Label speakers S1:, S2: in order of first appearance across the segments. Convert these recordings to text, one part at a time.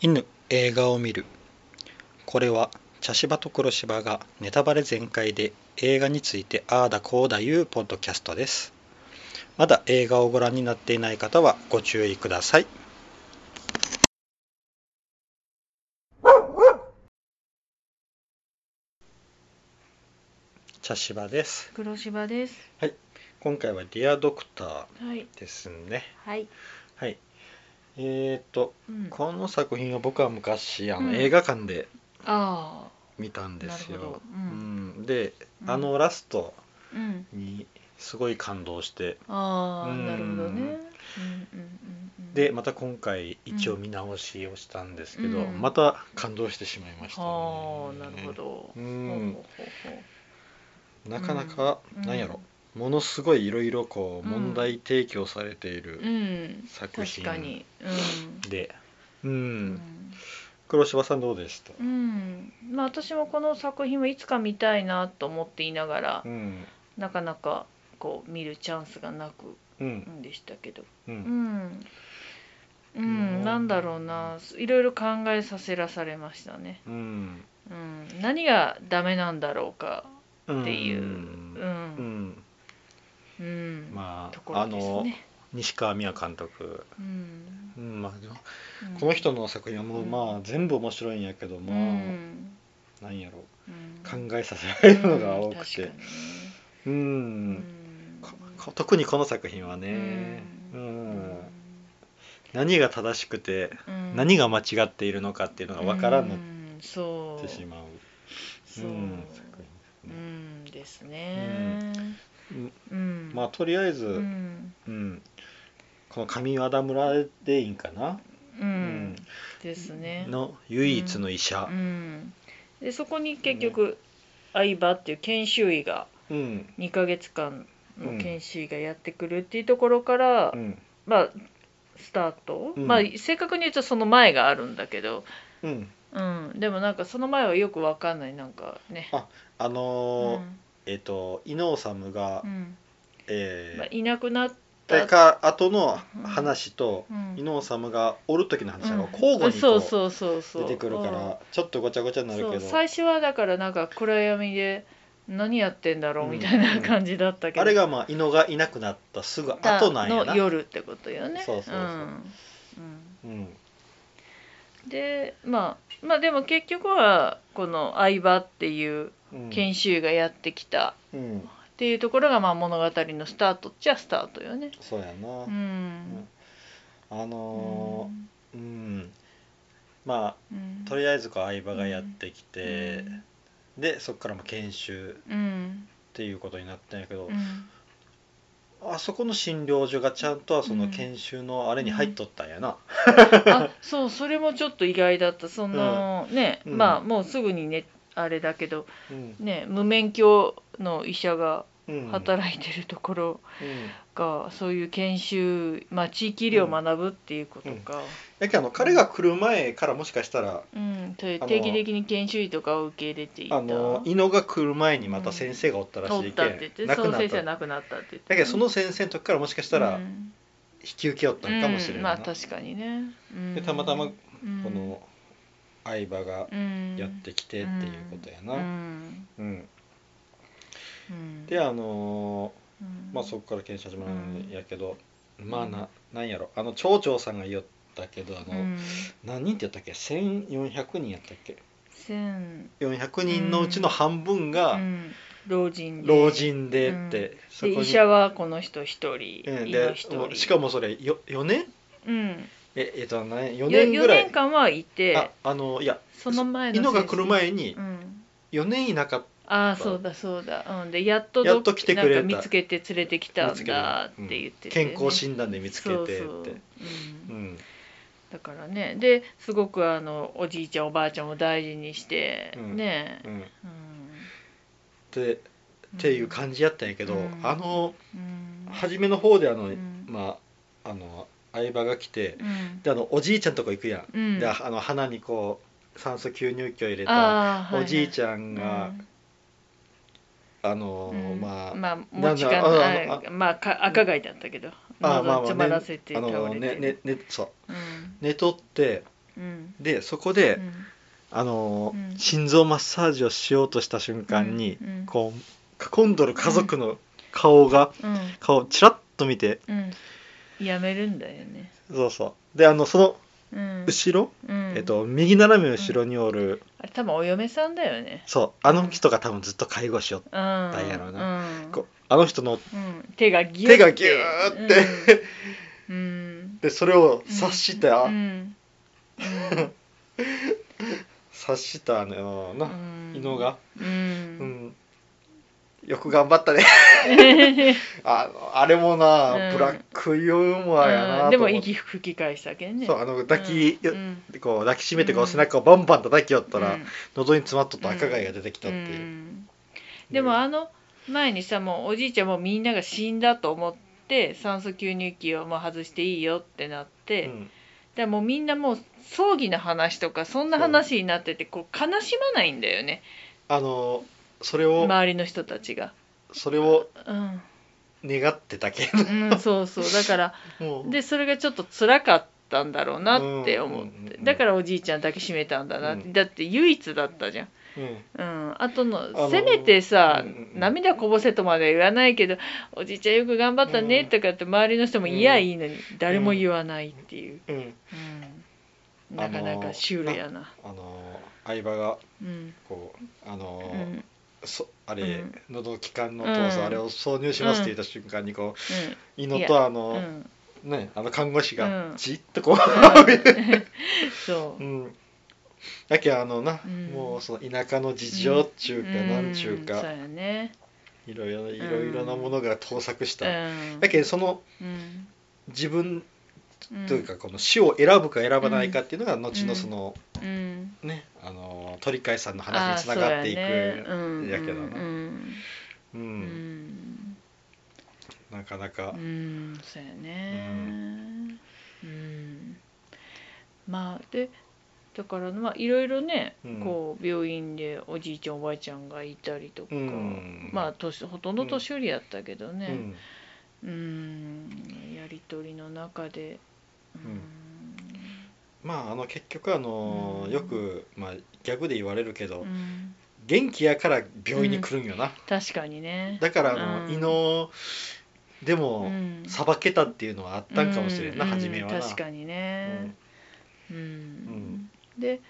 S1: 犬映画を見るこれは茶芝と黒芝がネタバレ全開で映画についてああだこうだいうポッドキャストですまだ映画をご覧になっていない方はご注意ください茶芝です
S2: 黒芝です。
S1: 今回は「ディアドクター
S2: はい。」
S1: ですね
S2: はい。
S1: はいえー、と
S2: うん、あ
S1: この作品は僕は昔あの、
S2: うん
S1: 映画館で
S2: あ
S1: 見たんです
S2: なるほ
S1: よ
S2: ど、うん
S1: うんで、
S2: うん
S1: あのラスト
S2: ー。うん。
S1: にすごい感動して
S2: あ
S1: う
S2: あ、
S1: ん
S2: なるほどね。うんうんうんうん。
S1: でまた今回一応見直しをしたんですけど、
S2: うん
S1: また感動してしまいましたね、
S2: ああ、なるほど。
S1: う
S2: ほうんほうほうほ
S1: なかなか、
S2: うん
S1: なんやろものすごいいろいろこう
S2: うん。
S1: 問題提起をされていう
S2: う
S1: る
S2: ん。
S1: 作
S2: 確
S1: 品
S2: かに。
S1: で、うん
S2: うん。
S1: 黒柴さんどうでした
S2: う、ん。まあ、私もこの作品はいつか見たいなと思っていながら
S1: う、ん
S2: なかなか。こう見るチャンスがなく
S1: うん
S2: んでしたけど。
S1: うんう
S2: うん。う
S1: ん
S2: ん、なんだろうな、いろいろ考えさせらされましたね。
S1: うん
S2: うん、何がダメなんだろうか
S1: うん
S2: っていう、
S1: うん、
S2: う
S1: うんん
S2: うん
S1: ま
S2: とこ
S1: あ、あ
S2: ろです
S1: の
S2: ね。
S1: 西川美也監督、
S2: うん
S1: うんまあでも
S2: うん
S1: この人の作品はもう、
S2: うん
S1: まあ全部面白いんやけど
S2: う
S1: も、
S2: ん
S1: なんやろう考
S2: うん
S1: えさせられるのが多く
S2: うん
S1: て
S2: 確か
S1: うん、
S2: にね
S1: こ
S2: うん
S1: こ特にこの作品はね、う
S2: うんん
S1: 何が正しくて
S2: うん
S1: 何が間違っているのかっていうのが分からな
S2: う
S1: っ
S2: んそ
S1: て
S2: う
S1: しまう、
S2: そう、
S1: うん作
S2: う
S1: 品
S2: んですね、
S1: ですね
S2: うん
S1: まあとりあえず、
S2: う
S1: うん
S2: ん
S1: この上和田村でいいんかな、
S2: うんんですね
S1: の唯一の医者
S2: う、ん、でそこに結局、相葉っていう研修医が
S1: うんうん
S2: 2ヶ月間
S1: うん
S2: の研修医がやってくるっていうところから、
S1: うん
S2: まあスタート、
S1: うん
S2: まあ正確に言うとその前があるんだけど、うん、でもなんかその前はよくわかんないなんかね。
S1: あ
S2: う
S1: のー
S2: ん
S1: えっ、と伊能治が、
S2: うん
S1: えー
S2: まあ、いなくなっ
S1: で
S2: た、
S1: か後の話と
S2: うん
S1: 伊能治がおる時の話が
S2: うん
S1: 交互に
S2: そう
S1: こ
S2: そうそう
S1: う
S2: そう
S1: 出てくるか
S2: うん
S1: らちょっとごちゃごちゃになる
S2: そ
S1: け
S2: う
S1: ど
S2: 最初はだからなんか暗闇で何やってんだろうみたい
S1: うん
S2: な感じだったけど、
S1: あれがまあ伊能がいなくなったすぐ
S2: た
S1: 後なんやな
S2: の夜ってことよね。
S1: そうそうそうんうん
S2: うんでまあまあでも結局はこの相葉っていう
S1: うん
S2: 研修医がやってきた
S1: うん
S2: っていうところがまあ物語のスタートっちゃスタートよね。
S1: そうやな
S2: うん
S1: あ
S2: う
S1: の
S2: ん
S1: ーうんま
S2: うん
S1: あとりあえずこう相葉がやってきて
S2: うん
S1: でそっからも研修っ
S2: うん
S1: ていうことになったんやけど
S2: うん
S1: あそこの診療所がちゃんとはその
S2: うん
S1: 研修のあれに入っとったんやな
S2: あそうそれもちょっと意外だったその、ね、
S1: うん
S2: まあもうすぐにねあれだけど
S1: うん
S2: ね無免許の医者が
S1: うん
S2: 働いてるところ、
S1: うん
S2: がそういう研修、まあ、地域医療を学ぶっていうことか、
S1: やけんあの彼が来る前からもしかしたら
S2: うんという
S1: あの
S2: 定期的に研修医とかを受け入れていた
S1: あの
S2: お
S1: 伊野が来る前にまた先生がおったらし
S2: っ
S1: い
S2: たって言っ
S1: け
S2: て
S1: ん亡
S2: そ
S1: く
S2: の
S1: なっ
S2: 先生
S1: た
S2: は
S1: だ
S2: 亡くなったって言って
S1: けどその先生の時からもしかしたら
S2: うん
S1: 引き受けよったんかもしれ
S2: うんんま
S1: な
S2: あ確かにね、うん
S1: でたまたまこ
S2: うん
S1: この相葉がやってきてっていうことや
S2: う
S1: なんうん
S2: うん
S1: であの
S2: うん
S1: ーまあそこから検証始まるんやけどまあななんやろあの町長さんが言ったけどあ
S2: う
S1: の
S2: ん
S1: 何人って言ったっけ1400人やったっけ
S2: 千
S1: 400人のうちの半分
S2: う
S1: が
S2: ん老人で
S1: 老人でって、そ
S2: で
S1: こ
S2: 医
S1: に
S2: 者はこの人
S1: う
S2: 一人、
S1: ん
S2: 医
S1: で
S2: の一人
S1: しかもそれよ4年
S2: うん、
S1: ええっと何4
S2: 4
S1: 年
S2: 年
S1: ぐらい
S2: 間はいて
S1: ああのいや
S2: その前の
S1: 犬が来る前
S2: 先
S1: に
S2: 生う
S1: 4
S2: ん、
S1: 年いなかっ
S2: ああそうだそうだ、うん、でやっとど
S1: やっと来てくれた
S2: なんか見つけて連れてきたんだ
S1: 見つけてうん
S2: って言っててね、
S1: 健康診断で見つけてって
S2: そうそうう
S1: うんん
S2: だからねですごくあのおじいちゃんおばあちゃんを大事にして、
S1: うん
S2: ね
S1: うんっ
S2: うん
S1: てっていう感じやったんやけど、
S2: うん
S1: あの
S2: うん
S1: 初めの方であの、
S2: うん
S1: まああの相葉が来て
S2: うん
S1: であのおじいちゃんとこ行くやん、
S2: うん
S1: であの鼻にこう酸素吸入器を入れた
S2: あーはいはい
S1: おじいちゃんが、
S2: うん
S1: あのー
S2: うん
S1: まあ、
S2: まあ持ちか
S1: なんだあの
S2: あまあか赤貝だったけど
S1: あ
S2: 喉
S1: まあまあ
S2: 詰まらせて
S1: あ
S2: 倒
S1: のー
S2: れて
S1: ねねねそう
S2: うん
S1: 寝とって
S2: うん
S1: でそこで、
S2: うん
S1: あのー
S2: うん
S1: 心臓マッサージをしようとした瞬間に、
S2: うんうん
S1: こう囲んどる家族の顔が、
S2: うん
S1: 顔をチラッと見て
S2: うんやめるんだよね
S1: そうそうであのその
S2: うん
S1: 後ろ、
S2: うん
S1: えっと、右斜め後ろにおる、
S2: あれ多分お嫁さんだよね
S1: そうあの人が多分ずっと介護しよっ
S2: うんだ
S1: やろう
S2: な
S1: こうあの人の
S2: うん、手がギュッ
S1: 手がギューって、
S2: うんうん
S1: でそれを察した、
S2: うんうん
S1: 察したのよな、
S2: うん
S1: 犬が、う
S2: う
S1: んん、よく頑張ったね あのあれもな、
S2: うん
S1: ブラックユーモアやなと思って、
S2: でも息吹き返したけんね
S1: そうあの抱き、
S2: う
S1: よ
S2: んうん
S1: こう抱きしめてこ
S2: う
S1: うん背中をバンバン叩きよったら、
S2: うん
S1: 喉に詰まっとった赤貝が出てきたっていう、
S2: うんでもあの前にさもうおじいちゃんもみんなが死んだと思って酸素吸入器をもう外していいよってなっ
S1: う
S2: て、
S1: ん
S2: でもうみんなもう葬儀の話とかそんな話になっててこう悲しまないんだよね
S1: あのそれを、
S2: 周りの人たちが。
S1: それを
S2: うん
S1: 願ってたけ
S2: うん、そうそうだから
S1: ど もう
S2: でそれがちょっと辛かったんだろうなって思っ
S1: うんうんうん
S2: て
S1: うん
S2: だからおじいちゃん抱きしめたんだなって、
S1: うん
S2: だって唯一だったじゃん。
S1: うん
S2: うん、あとの、
S1: のー
S2: せめてさ、
S1: うんうんうん
S2: 涙こぼせとまでは言わないけど「おじいちゃんよく頑張ったね」
S1: うん
S2: とかって周りの人も
S1: う
S2: 「
S1: ん
S2: いやいいのに誰も言わない」っていう、
S1: うん、
S2: うんなかなかシュールやな。
S1: あの相葉が
S2: うん
S1: こうあの、
S2: うん
S1: そあれ、
S2: うん
S1: 喉気管の通す、
S2: うん
S1: あれを挿入しますって言った瞬間にこう
S2: い
S1: 犬
S2: や
S1: とあ
S2: うんう
S1: の、
S2: ん
S1: ねあの看護師
S2: う
S1: が
S2: ん
S1: じっとこ、
S2: そ うう、
S1: うん、だけどあのな、
S2: うん
S1: もうその田舎の事情っちゅうか、
S2: うん
S1: なんちゅう
S2: そう
S1: か、
S2: やね、
S1: いろいろいろいろなものが盗作し
S2: う
S1: た、
S2: ん、
S1: だけどその
S2: うん、
S1: 自分
S2: うん
S1: というかこの死を選ぶか選ばないかっていうのが後のその、
S2: うん
S1: ねあの鳥飼さんの話につながっていく
S2: あーそうやね
S1: やけどな
S2: うん
S1: う、
S2: うんうんん
S1: なかなか
S2: う、んそうやねうん、まあでだからまあいろいろね、
S1: うん
S2: こう病院でおじいちゃんおばあちゃんがいたりとか、
S1: うん
S2: まあ年ほとんど年寄りやったけど
S1: う
S2: ね
S1: ん、
S2: うんやり取りの中で
S1: まああの結局あの、
S2: うん
S1: よくまあギャグで言われるけど、
S2: うん、うん
S1: 元気やから病院に来るんよな、
S2: 確かにね
S1: だからあの、
S2: うん
S1: 胃のでも
S2: うん
S1: さば、けたっていうのはあったんかもしれんな、
S2: う
S1: 初めはな
S2: 確かにね、うんで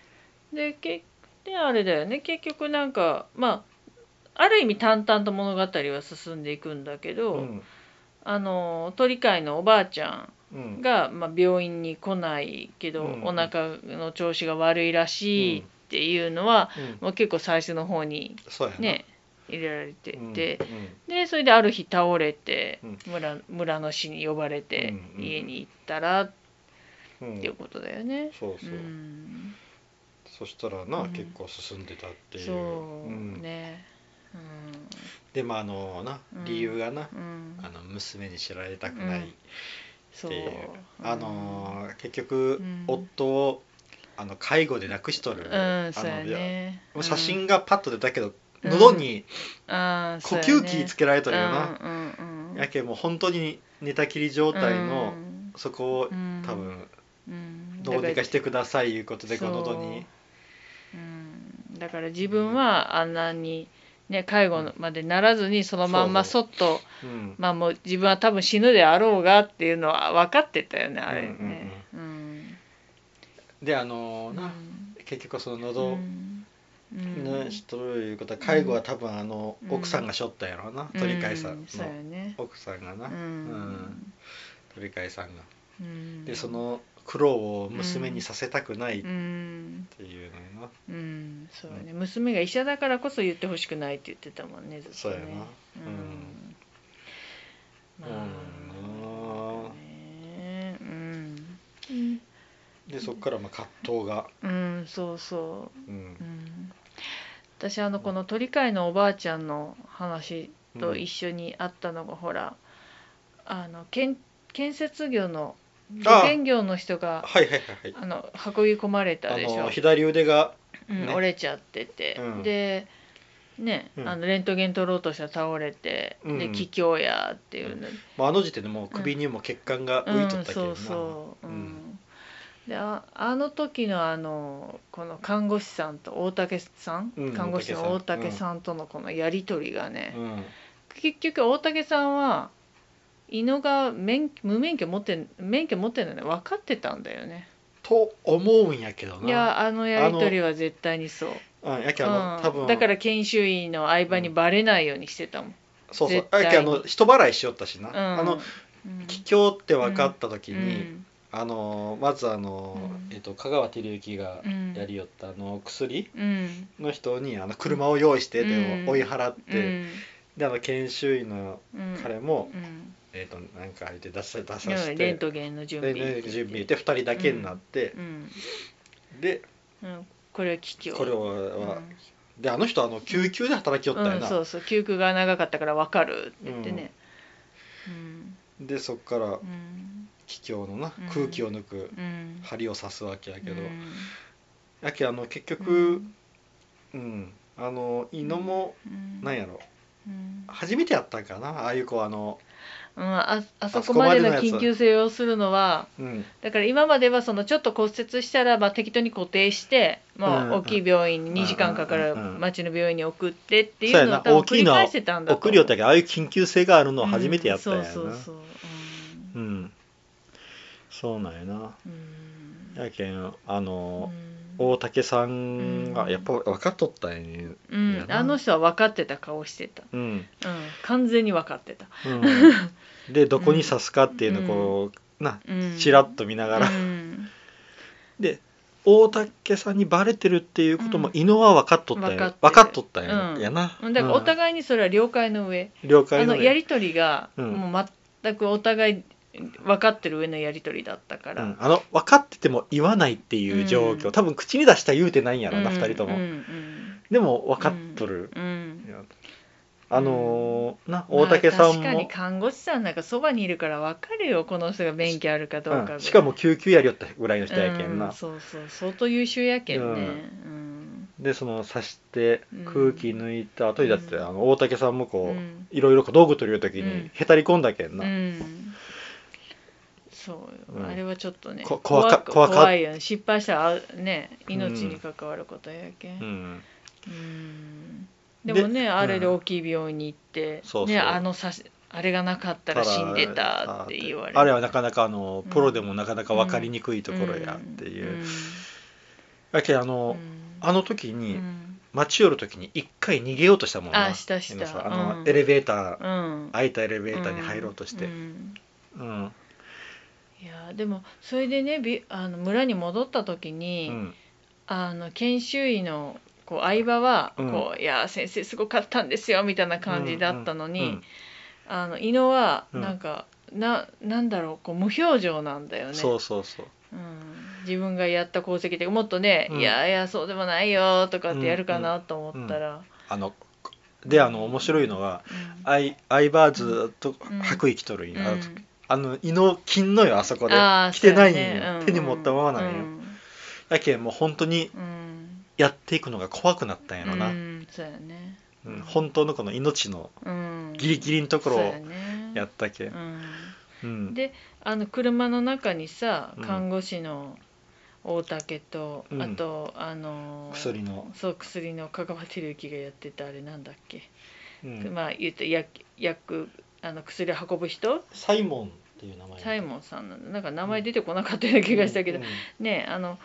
S2: でけであれだよね結局なんかまあある意味淡々と物語は進んでいくんだけど、
S1: うんうん
S2: あの鳥飼のおばあちゃ
S1: うん
S2: んが、まあ、病院に来ないけど、
S1: うん
S2: お腹の調子が悪いらしいっていうのは、
S1: うん
S2: もう結構最初の方に
S1: そうやな
S2: ね入れられて
S1: うん
S2: て、
S1: うん
S2: でそれである日倒れて
S1: うん
S2: 村村の市に呼ばれて
S1: うんうん
S2: 家に行ったらっ
S1: うん
S2: ていうことだよね。
S1: そうそう、
S2: うん
S1: そしたらな、
S2: うん
S1: 結構進んでたっていう
S2: そう、
S1: ん
S2: ね
S1: でまああのな
S2: うん
S1: 理由がな、
S2: うん、うん、
S1: あの娘に知られたくない、
S2: うんそ
S1: っていう
S2: うん
S1: あのー結局、
S2: うん
S1: 夫をあの介護で亡くしとる、
S2: うん
S1: あ
S2: そうや
S1: の病
S2: ね
S1: もう写真がパッと出たけど、喉に呼
S2: 呼
S1: 吸器つ
S2: け
S1: けられとるよな、
S2: うんうんうん、
S1: やけんもう本当に寝たきり状態の、
S2: うん
S1: そこを
S2: うん
S1: 多分
S2: うん
S1: どうにかしててくださいいうことでこの喉に
S2: うん、だから自分はあんなにね介護のまでならずにそのまんま
S1: そ
S2: そっと
S1: うん
S2: まあもう自分は多分死ぬであろうがっていうのは分かってたよねあれね。うん
S1: であのーな、結局その喉ねしとるいうことは介護は多分あの
S2: うん
S1: 奥さんがしょったやろうな、鳥飼さんの
S2: うそうやね
S1: 奥さんがな、
S2: う
S1: うん
S2: ん
S1: 鳥飼さんが
S2: うん
S1: でその苦労を娘にさせたくないっ
S2: うん
S1: ていうのよな、
S2: うんそうやね娘が医者だからこそ言ってほしくないって言ってたもんねずっとね
S1: そうやな
S2: うんま
S1: うん
S2: あねうんうん
S1: でそこからまあ葛藤が、
S2: うんそうそうう、うんん、私あのこの鳥飼のおばあちゃんの話と一緒にあったのが、ほらあの建建設業の
S1: あ
S2: 保険業の人が
S1: はいはいはい
S2: あの運び込まれた
S1: はい
S2: で
S1: あ
S2: しょ
S1: の、左腕が
S2: うん
S1: ね
S2: 折れちゃってて、
S1: うん
S2: でね、
S1: うん
S2: あのレントゲン取ろうとしたら倒れて、
S1: うん
S2: で気境やっていうの、
S1: まあ、あの時点でもう首にも血管が浮いとったけどな、
S2: そうそう、うん
S1: うん
S2: でああの時のあのこの看護師さんと大竹さん、
S1: うん
S2: 看護師の
S1: 大
S2: 大
S1: 竹さん
S2: 竹さんとのこのやり取りがね、
S1: うん
S2: 結局大竹さんは伊野が免無免許持って免許持ってるのね分かってたんだよね
S1: と思うんやけどない
S2: やあのやり取りは絶対にそう、
S1: うん、やけあの、多
S2: う
S1: 分
S2: ん、だから研修医の相場にバレないようにしてたもん、
S1: そうそう
S2: 絶対
S1: やけあの人払いしよったしな、
S2: うん、
S1: あの
S2: うん
S1: 桔梗って分かった時に、
S2: うん
S1: あのまずあの、
S2: うん
S1: えっと香川照之が
S2: うん
S1: やりよったあの薬
S2: うん
S1: の人にあの車を用意して
S2: うん
S1: で追い払っ
S2: う
S1: て、
S2: ん
S1: であの研修医の
S2: うん
S1: 彼も、
S2: うん
S1: えっとなんか相手出さ出さ
S2: う
S1: せ
S2: んレ
S1: て。
S2: ントゲンの準備
S1: でね準備で2人だけになって
S2: う、ん
S1: で
S2: うん、これは危機を
S1: これは、
S2: うん
S1: であの人あの救急で働きよったよ
S2: うん、
S1: な、
S2: そうそう休暇が長かったから分かるって言ってねうん
S1: でそっから
S2: うん
S1: 桔梗のな、
S2: うん
S1: 空気を抜く
S2: うん
S1: 針を刺すわけやけど、
S2: うん
S1: やけあの結局、うん、あの伊野も、
S2: うん
S1: なんやろ
S2: うん
S1: 初めてやったんかなああいう子あの、
S2: うんああそ
S1: あそ
S2: こ
S1: こま
S2: ま
S1: で
S2: で
S1: の
S2: の
S1: やつ
S2: 緊急性をするのは
S1: うん、
S2: だから今まではそのちょっと骨折したらまあ適当に固定して、
S1: うん
S2: ま
S1: うん
S2: あ、大きい病院に2時間かかる
S1: うんうんうん
S2: 町の病院に送ってってい
S1: そうや
S2: うのを
S1: な
S2: 多
S1: 大
S2: 分
S1: き
S2: 繰
S1: い
S2: り
S1: のは
S2: 返してたんだと
S1: 送りよったけどああいう緊急性があるのを初めてやったんやな、
S2: うん
S1: そ
S2: そううそうそう、うん
S1: んそうなんやな
S2: うん
S1: やけんあ
S2: う
S1: の、
S2: ん
S1: 大竹さんがやっぱ分かっとったんやね
S2: うん、あの人は分かってた顔してた、
S1: うん、
S2: うん、完全に分かってた、
S1: うん、でどこに刺すかっていうのをこう、な
S2: うん、
S1: ちらっと見ながら、
S2: うん、
S1: で大竹さんにバレてるっていうことも
S2: うん
S1: 伊野は分かっとったんや、
S2: 分かってる
S1: 分かっとったんや,、
S2: うん
S1: やな
S2: だからお互いにそれは了解の上、
S1: うん了
S2: あ
S1: 解
S2: の
S1: の
S2: やり取りが
S1: うん
S2: もう全くお互い分かってる上のやり取りだったか
S1: う
S2: ら、
S1: ん、あの分かってても言わないっていう状況、
S2: うん
S1: 多分口に出したら言うてないんやろな、
S2: うん
S1: 2人とも、
S2: うん
S1: でも分かっとる、
S2: うんうん
S1: いやあのーな大竹さんも、
S2: まあ確かに看護師さんなんかそばにいるから分かるよこの人が免許あるかどうか
S1: う
S2: が
S1: んしかも救急やりよったぐらいの人やけんな、
S2: うんそうそう相当優秀やけんね、
S1: でその刺して
S2: うん
S1: 空気抜いた後にだって、
S2: うん
S1: あの大竹さんも
S2: うん
S1: こう、
S2: うん
S1: いろいろこう道具取りよる時
S2: う
S1: に
S2: ん
S1: へたり込んだけんな、
S2: うんそうよ、
S1: うん
S2: あれはちょっとね
S1: こ怖か怖
S2: 怖
S1: か
S2: 怖いよね失敗したらあね命に関わることやけん、
S1: うん
S2: うんでもねあれで大きい病院に行って、
S1: そうそう
S2: ね、あのさしあれがなかったら死んでたって言われる
S1: あれはなかなかあの
S2: うん
S1: プロでもなかなか分かりにくいところやっていう、だけどあ
S2: うんう
S1: の、
S2: ん
S1: あの時
S2: う
S1: に、
S2: ん
S1: 待ち寄る時に一回逃げようとしたもんな
S2: あしたした
S1: 皆さんあの、
S2: うん
S1: エレベーター
S2: うん
S1: 空いたエレベーターに入ろうとして
S2: んん
S1: うんうん
S2: いやーでもそれでねびあの村に戻った時
S1: う
S2: に、
S1: ん
S2: あの研修医のこう相場は
S1: うん
S2: こう、いやー先生すごかったんですよみたいな感じだったのに、
S1: うん
S2: あの伊野は
S1: うん
S2: なんか、ななんだろうこう無表情なんだよね。
S1: そうそうそう
S2: うん自分がやった功績でもっとね、
S1: うん
S2: いやいやそうでもないよとかってやるかなと思ったら、
S1: あのであの面白いのは
S2: うん
S1: アイアイバーズと
S2: うん
S1: 白衣着とるんや、
S2: うん
S1: あの胃の金のよあそこで
S2: あー
S1: 着てないん
S2: そう
S1: よ、
S2: やねうん
S1: 手に持ったままなんよ、やけんもう本当に
S2: うん
S1: やっていくのが怖くなったんや
S2: う
S1: ろ
S2: ん
S1: な、
S2: うんそうやね
S1: うん本当のこの命の
S2: うん
S1: ギリギリのところ
S2: そうや
S1: を
S2: ね
S1: やったけん、
S2: う
S1: うん
S2: ん、であの車の中にさ
S1: うん
S2: 看護師の大竹と、
S1: うん
S2: あとあのー
S1: 薬の、
S2: そう薬の香川照之がやってたあれなんだっけ、
S1: うん
S2: まあ言って薬薬あの薬を運ぶ人、
S1: サイモンっていう名前
S2: サイモンさんなんだなんか名前出てこなかったような気がしたけど、
S1: うん
S2: ねあの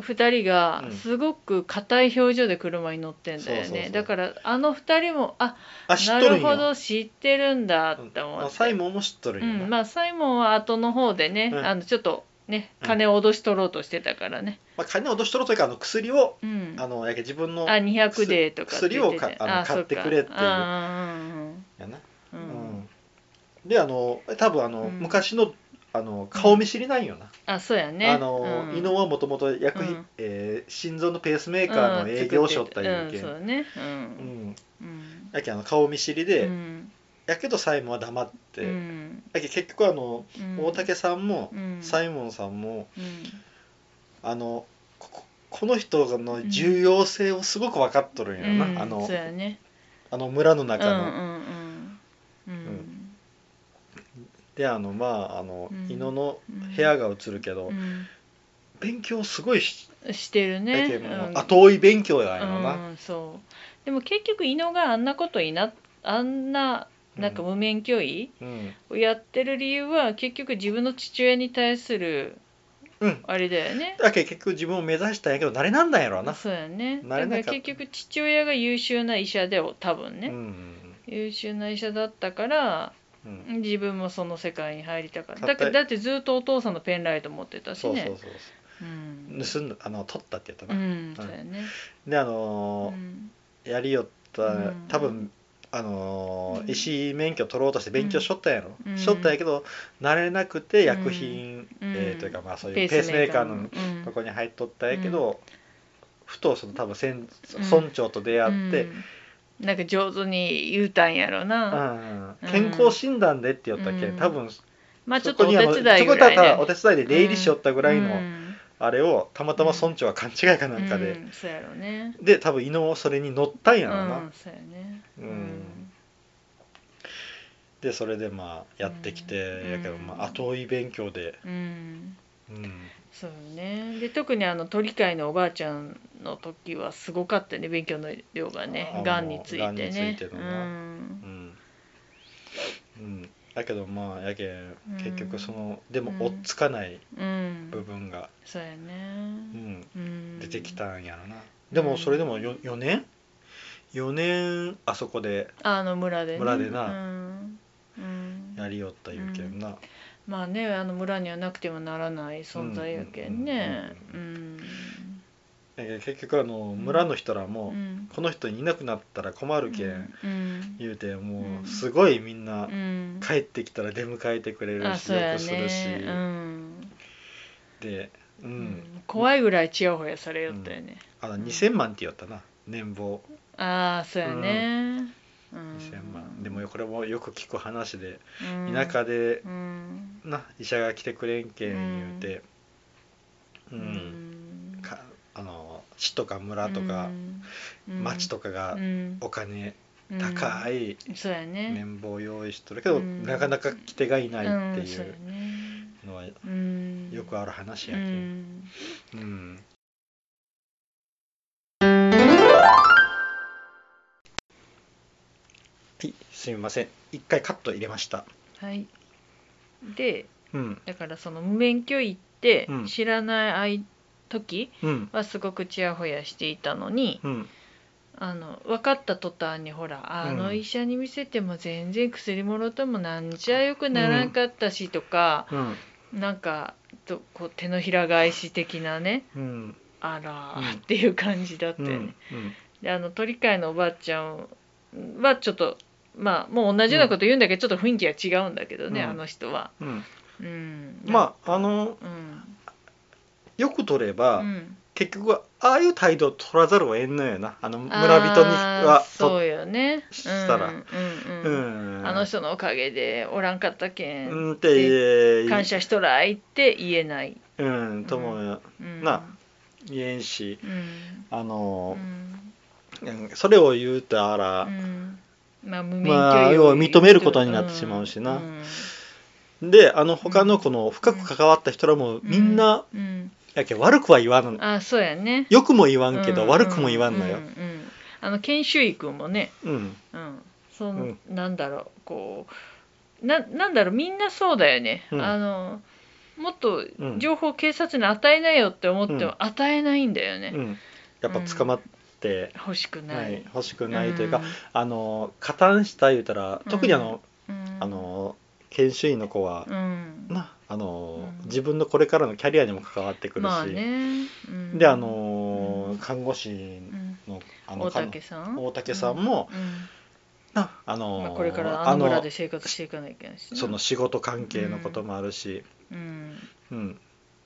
S2: 2人が
S1: うん
S2: すごく硬い表情で車に乗ってんだよね
S1: そうそうそう
S2: だからあの2人もあ
S1: あ知っ
S2: な
S1: とる
S2: る
S1: ん
S2: ほ
S1: よ
S2: ど知ってるんだって
S1: うん
S2: 思
S1: あ
S2: って
S1: サイモンも知っとるんよな、
S2: う
S1: ま
S2: んまあ、サイモンは後の方でね、
S1: うん
S2: あのちょっとね
S1: うん
S2: 金を脅し取ろうとしてたからね、
S1: あ、金を脅しとるというかあの薬を
S2: うん、
S1: あのやけん自分の
S2: あ200でとかって言ってた
S1: 薬をかあの
S2: あそ
S1: 買
S2: か
S1: ってくれっていう
S2: あーうん
S1: やな、
S2: うん
S1: う
S2: うんうん
S1: んであの多分あの、
S2: うん
S1: 昔のあの顔見知りなんよな、
S2: あそうやね
S1: あの、
S2: うん
S1: 伊能はもともと薬品、
S2: うん
S1: えー心臓のペースメーカーの営業所っていう
S2: うん
S1: けん、
S2: そう
S1: う
S2: だねうんんうん
S1: やけんあの顔見知りで、
S2: うん
S1: やけどサイモンは黙って、
S2: うん
S1: やけん結局あの
S2: うん
S1: 大竹さんも、
S2: うん
S1: サイモンさんも
S2: う
S1: あのこここの人の重要性をすごく分かっとるんや
S2: ん
S1: な、
S2: うん
S1: あの
S2: そうやね
S1: あの村の
S2: うんう
S1: 中
S2: ん
S1: の。
S2: うんうん
S1: であのまああの、
S2: うん
S1: 伊野の部屋が映るけど、
S2: うん
S1: 勉強すごいし
S2: してる
S1: だ
S2: ね
S1: けど、もう
S2: うん
S1: 後追い勉強やよな、
S2: うん、そうでも結局伊野があんなことになあんななんか無免許医
S1: うん
S2: をやってる理由は結局自分の父親に対する
S1: うん
S2: あれだよね。
S1: だけど結局自分を目指したんやけど慣れなんだんやろうな、
S2: そうやね
S1: なれ
S2: だか
S1: なかっ
S2: ら
S1: た
S2: 結局父親が優秀な医者でを多分
S1: う
S2: ね、
S1: ん
S2: 優秀な医者だったから
S1: うん、
S2: 自分もその世界に入りたかった
S1: 買
S2: だ
S1: った
S2: けだってずっとお父さんのペンライト持ってたし
S1: そうそう
S2: ね
S1: そう
S2: うん
S1: そう盗んだあの取ったって言った
S2: う
S1: な、
S2: んそうやね
S1: であ
S2: う
S1: のー
S2: ん
S1: やりよった、
S2: うん
S1: 多分あのー
S2: うん
S1: 医師免許取ろうとして勉強しとったんやろ、
S2: うん
S1: しとったんやけど慣れなくて薬品、えーというかまあそういうペースメーカーの
S2: うん
S1: とこに入っとったんやけど、ふとその多分せん
S2: うん
S1: 村長と出会って、
S2: うんなんか上手に言うたんやろ
S1: う
S2: な、
S1: ん健康診断でって言ったっけ、
S2: うん
S1: 多分
S2: まあち
S1: そ
S2: ょっと
S1: こ
S2: お
S1: に
S2: 手
S1: あの
S2: 伝いぐら
S1: ち
S2: い
S1: ょこっとはただお
S2: 手
S1: 手伝いで出入りしよったぐらいの
S2: うん
S1: あれをたまたま村長は勘違いかなんか
S2: う
S1: で、
S2: んそうやろね
S1: で多分伊能それに乗ったん
S2: う
S1: やろな、
S2: んそうやね
S1: うんでそれでまあやってきて、
S2: うん
S1: やけどまあ後追い勉強で、
S2: うんうん
S1: うん
S2: そうよねで特にあの鳥飼のおばあちゃんの時はすごかったよね勉強の量が
S1: あ
S2: ね
S1: ー
S2: がんについて
S1: がんについ
S2: ね
S1: ての
S2: う
S1: なんうんうん、だけどまあやけん
S2: うん
S1: 結局その、でも追っつかない
S2: うん
S1: 部分が、
S2: そうやね
S1: うん、
S2: うん
S1: 出てきたんやろな、でもそれでも 4, 四年4年あそこで
S2: あの村でね
S1: 村でな
S2: うんうん
S1: やりよったいうけんな、
S2: まあねあの村にはなくてはならない存在やけんね
S1: う
S2: うん
S1: だけど結局あの村の人らも、
S2: うん
S1: この人いなくなったら困るけん、
S2: うん
S1: 言うても
S2: うん
S1: うすごいみんな
S2: うん
S1: 帰ってきたら出迎えてくれる
S2: あ
S1: し、
S2: そう
S1: よ
S2: や
S1: くするし、
S2: ねうん
S1: で、うん
S2: うん怖いぐらいちやほやされよったよね
S1: あの2,000万って言ったな年俸
S2: ああそうやねうん
S1: 2,000万でもよこれもよく聞く話で
S2: うん
S1: 田舎で
S2: うん
S1: な医者が来てくれんけん言うて、う
S2: うんん
S1: かあの市とか村とか町とかが
S2: うん
S1: お金
S2: うん
S1: 高い
S2: そうやね
S1: 綿棒を用意しとるけど、
S2: うん
S1: なかなか来手がいないっ
S2: ん
S1: てい
S2: そうや
S1: う
S2: ね
S1: のは
S2: うん
S1: よくある話や
S2: う
S1: けん、
S2: ん
S1: うんはいすみません一回カット入れました
S2: はいで
S1: うん
S2: だからその無免許行って
S1: うん
S2: 知らない時
S1: うん
S2: はすごくちやほやしていたのに、
S1: うん
S2: あの分かった途端にほらあ
S1: う
S2: の
S1: ん
S2: 医者に見せても全然薬もろてもなんじゃよくならんかったしとか、
S1: うん
S2: なんかとこう手のひら返し的なね
S1: うん
S2: あら
S1: う
S2: ー
S1: ん
S2: っていう感じだった
S1: う
S2: よね。
S1: んうん
S2: であの鳥飼のおばあちゃんはちょっとまあもう同じようなこと言うんだけど、ちょっと雰囲気が違うんだけどね、
S1: うん
S2: あの人は。
S1: うん
S2: うん、
S1: まああの
S2: うん、
S1: よく取れば、
S2: うん
S1: 結局はああいう態度を取らざるを得んのよなあの村人に
S2: あー
S1: は
S2: そうよね
S1: したら
S2: うん
S1: う
S2: うんうん
S1: ん
S2: あの人のおかげでおらんかったけん、
S1: うんって言え
S2: 感謝しとらいって言えない、
S1: うんとも
S2: うん、
S1: な言えんし
S2: うん
S1: あ
S2: う
S1: の、
S2: ん
S1: うんそれを言うたら、
S2: うんまあ無免許
S1: まあ
S2: より
S1: 要は認めることになってしまうしなであの他のこの深く関わった人らもみんな、、
S2: うんうん
S1: やけん悪くは言わん
S2: うんあそうやね
S1: よくも言わんけど、
S2: う
S1: 悪くも言わんのよ
S2: う、ううんあの研修医君もね、
S1: うん、
S2: うんその
S1: うん
S2: なんだろうこうななんだろうみんなそうだよね、
S1: うん
S2: あのもっと
S1: うん
S2: 情報を警察に与えないよって思って
S1: うん
S2: も与えないんだよね、
S1: うん、やっぱ捕まって、
S2: 欲しく
S1: な
S2: ないい、
S1: 欲しくないというか、あの加担した言うたら
S2: うん
S1: 特にあの、
S2: うん
S1: あ、の研修医の子は
S2: う、ん、
S1: なあの、
S2: うん
S1: 自分のこれからのキャリアにも関わってくるし、
S2: まあね、うん
S1: であの、
S2: うん
S1: 看護師
S2: うん
S1: のあの
S2: 大竹さん
S1: 大竹さんも、
S2: うん
S1: なあの、
S2: まあ、これからあの村で生活していかなきゃいけないし
S1: あの
S2: ね
S1: その仕事関係のこともあるし、
S2: うん
S1: うんで
S2: そうよね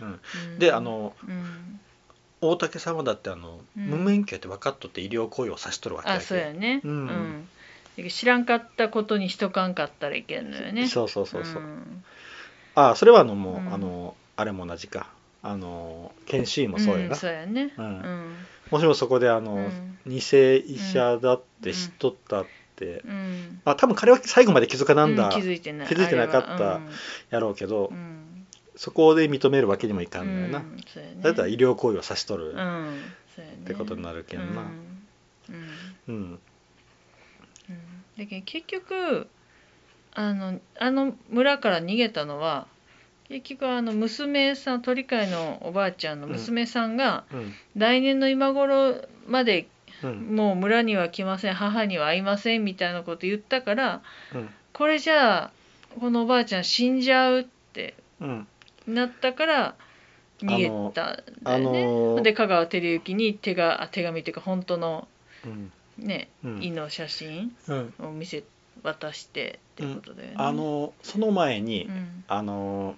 S1: う、ん
S2: うん
S1: であ、の
S2: うん、
S1: 大竹さんはだってあの、
S2: うん
S1: 無免許やって分かっとって医療行為をさしとるわけや
S2: あ
S1: け
S2: そうやね
S1: う
S2: うんん、だけど知らんかったことにしとかんかったらいけんのよね
S1: そうそうそうそう、
S2: ん
S1: あそれはあのもう、
S2: うん
S1: あのあれも同じかあの研修医もそうや
S2: ん
S1: な、
S2: そうやね
S1: うん
S2: うん
S1: もしもそこであの、
S2: うん
S1: 偽医者だって知っとったって、
S2: うん
S1: あ多分彼は最後まで気づかなんだ
S2: うん気づいてない
S1: 気づいてなかった
S2: あれは
S1: やろうけど、
S2: うん
S1: そこで認めるわけにもいかんのよな、
S2: うんそうやね
S1: だったら医療行為を差し取る
S2: うんそうやね
S1: ってことになるけんな
S2: うんうん
S1: うん、
S2: うんだけど結局あのあの村から逃げたのは結局あの娘さん鳥飼のおばあちゃんの娘さんが
S1: うん
S2: 来年の今頃まで
S1: うん
S2: もう村には来ません母には会いませんみたいなこと言ったから
S1: うん
S2: これじゃあこのおばあちゃん死んじゃうって
S1: うん
S2: なったから逃げたんだ
S1: あ
S2: よね。
S1: のー
S2: で香川照之に手があ手紙っていうか本当の
S1: うん
S2: ね
S1: うん
S2: 胃の写真
S1: うん
S2: を見せ渡してっていうことだよね。
S1: あのその前に、
S2: うん
S1: あの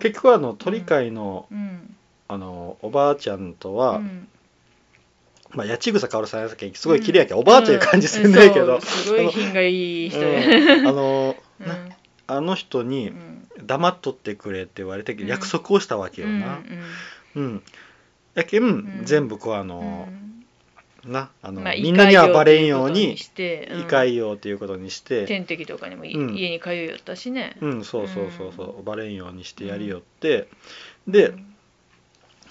S1: 結局あの鳥飼の,、
S2: うん
S1: あのおばあちゃんとは、
S2: うん
S1: まあ八千草薫さんやさっきすごい綺麗やけ、ん、おばあという感じすんねんけ
S2: う
S1: ど
S2: ん、すごい品がいい人で、
S1: うんあの、
S2: う
S1: なんあの人
S2: う
S1: に
S2: ん
S1: 黙っとってくれって言われて
S2: うん
S1: 約束をしたわけよな
S2: うんうん
S1: うん、やけん、
S2: ん
S1: 全部こうあの、
S2: うん
S1: なあの、
S2: まあ
S1: みんなにはバレんように
S2: して
S1: 異界ようということにして、
S2: 天敵とかにもい、
S1: うん
S2: 家に通いよったしね。
S1: うんそうそうそうそうバレんようにしてやりよって、で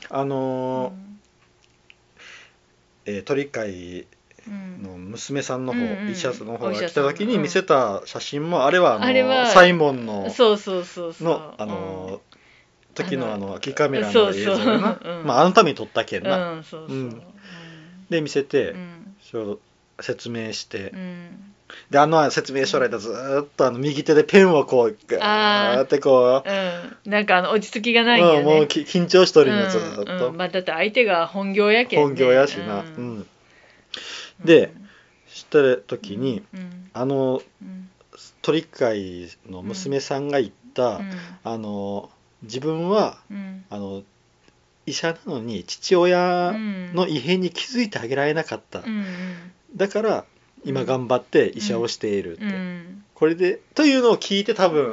S1: あ
S2: うん、
S1: のーえー鳥飼
S2: うん
S1: の娘さんの方、
S2: うんうん
S1: 医者の方
S2: お
S1: が
S2: 医者
S1: 来
S2: さ
S1: た
S2: ん
S1: 時に見せた写真もあれはあの
S2: あれは
S1: サイモンの
S2: そうそうそうそう。
S1: のあの時の
S2: あ
S1: あ
S2: の
S1: の空きカメラの映像やな
S2: そうそううん
S1: まあ、あのために撮ったけん
S2: う
S1: な、
S2: ん、うん、そうそう。
S1: う
S2: うんん
S1: で見せて、
S2: うん
S1: ちょうど説明して、
S2: うん
S1: であの説明書られたずーっとあの右手でペンをこうガーってこう、
S2: うん、なんかあの落ち着きが
S1: う
S2: ない
S1: ん
S2: よね。
S1: もうき緊張しとるんよずーっ
S2: うん
S1: と、
S2: うんまあ、だって相手が本業やけんね、
S1: 本業やしな、
S2: うん
S1: うんでしてる時に、
S2: うん
S1: あの
S2: うん
S1: 鳥飼の娘さんが言った、あの自分は
S2: うん
S1: あの医者なのに父親の異変に気づいてあげられなかった、
S2: うん
S1: だから今頑張って医者をしているって、
S2: うんうん
S1: これでというのを聞いて多分、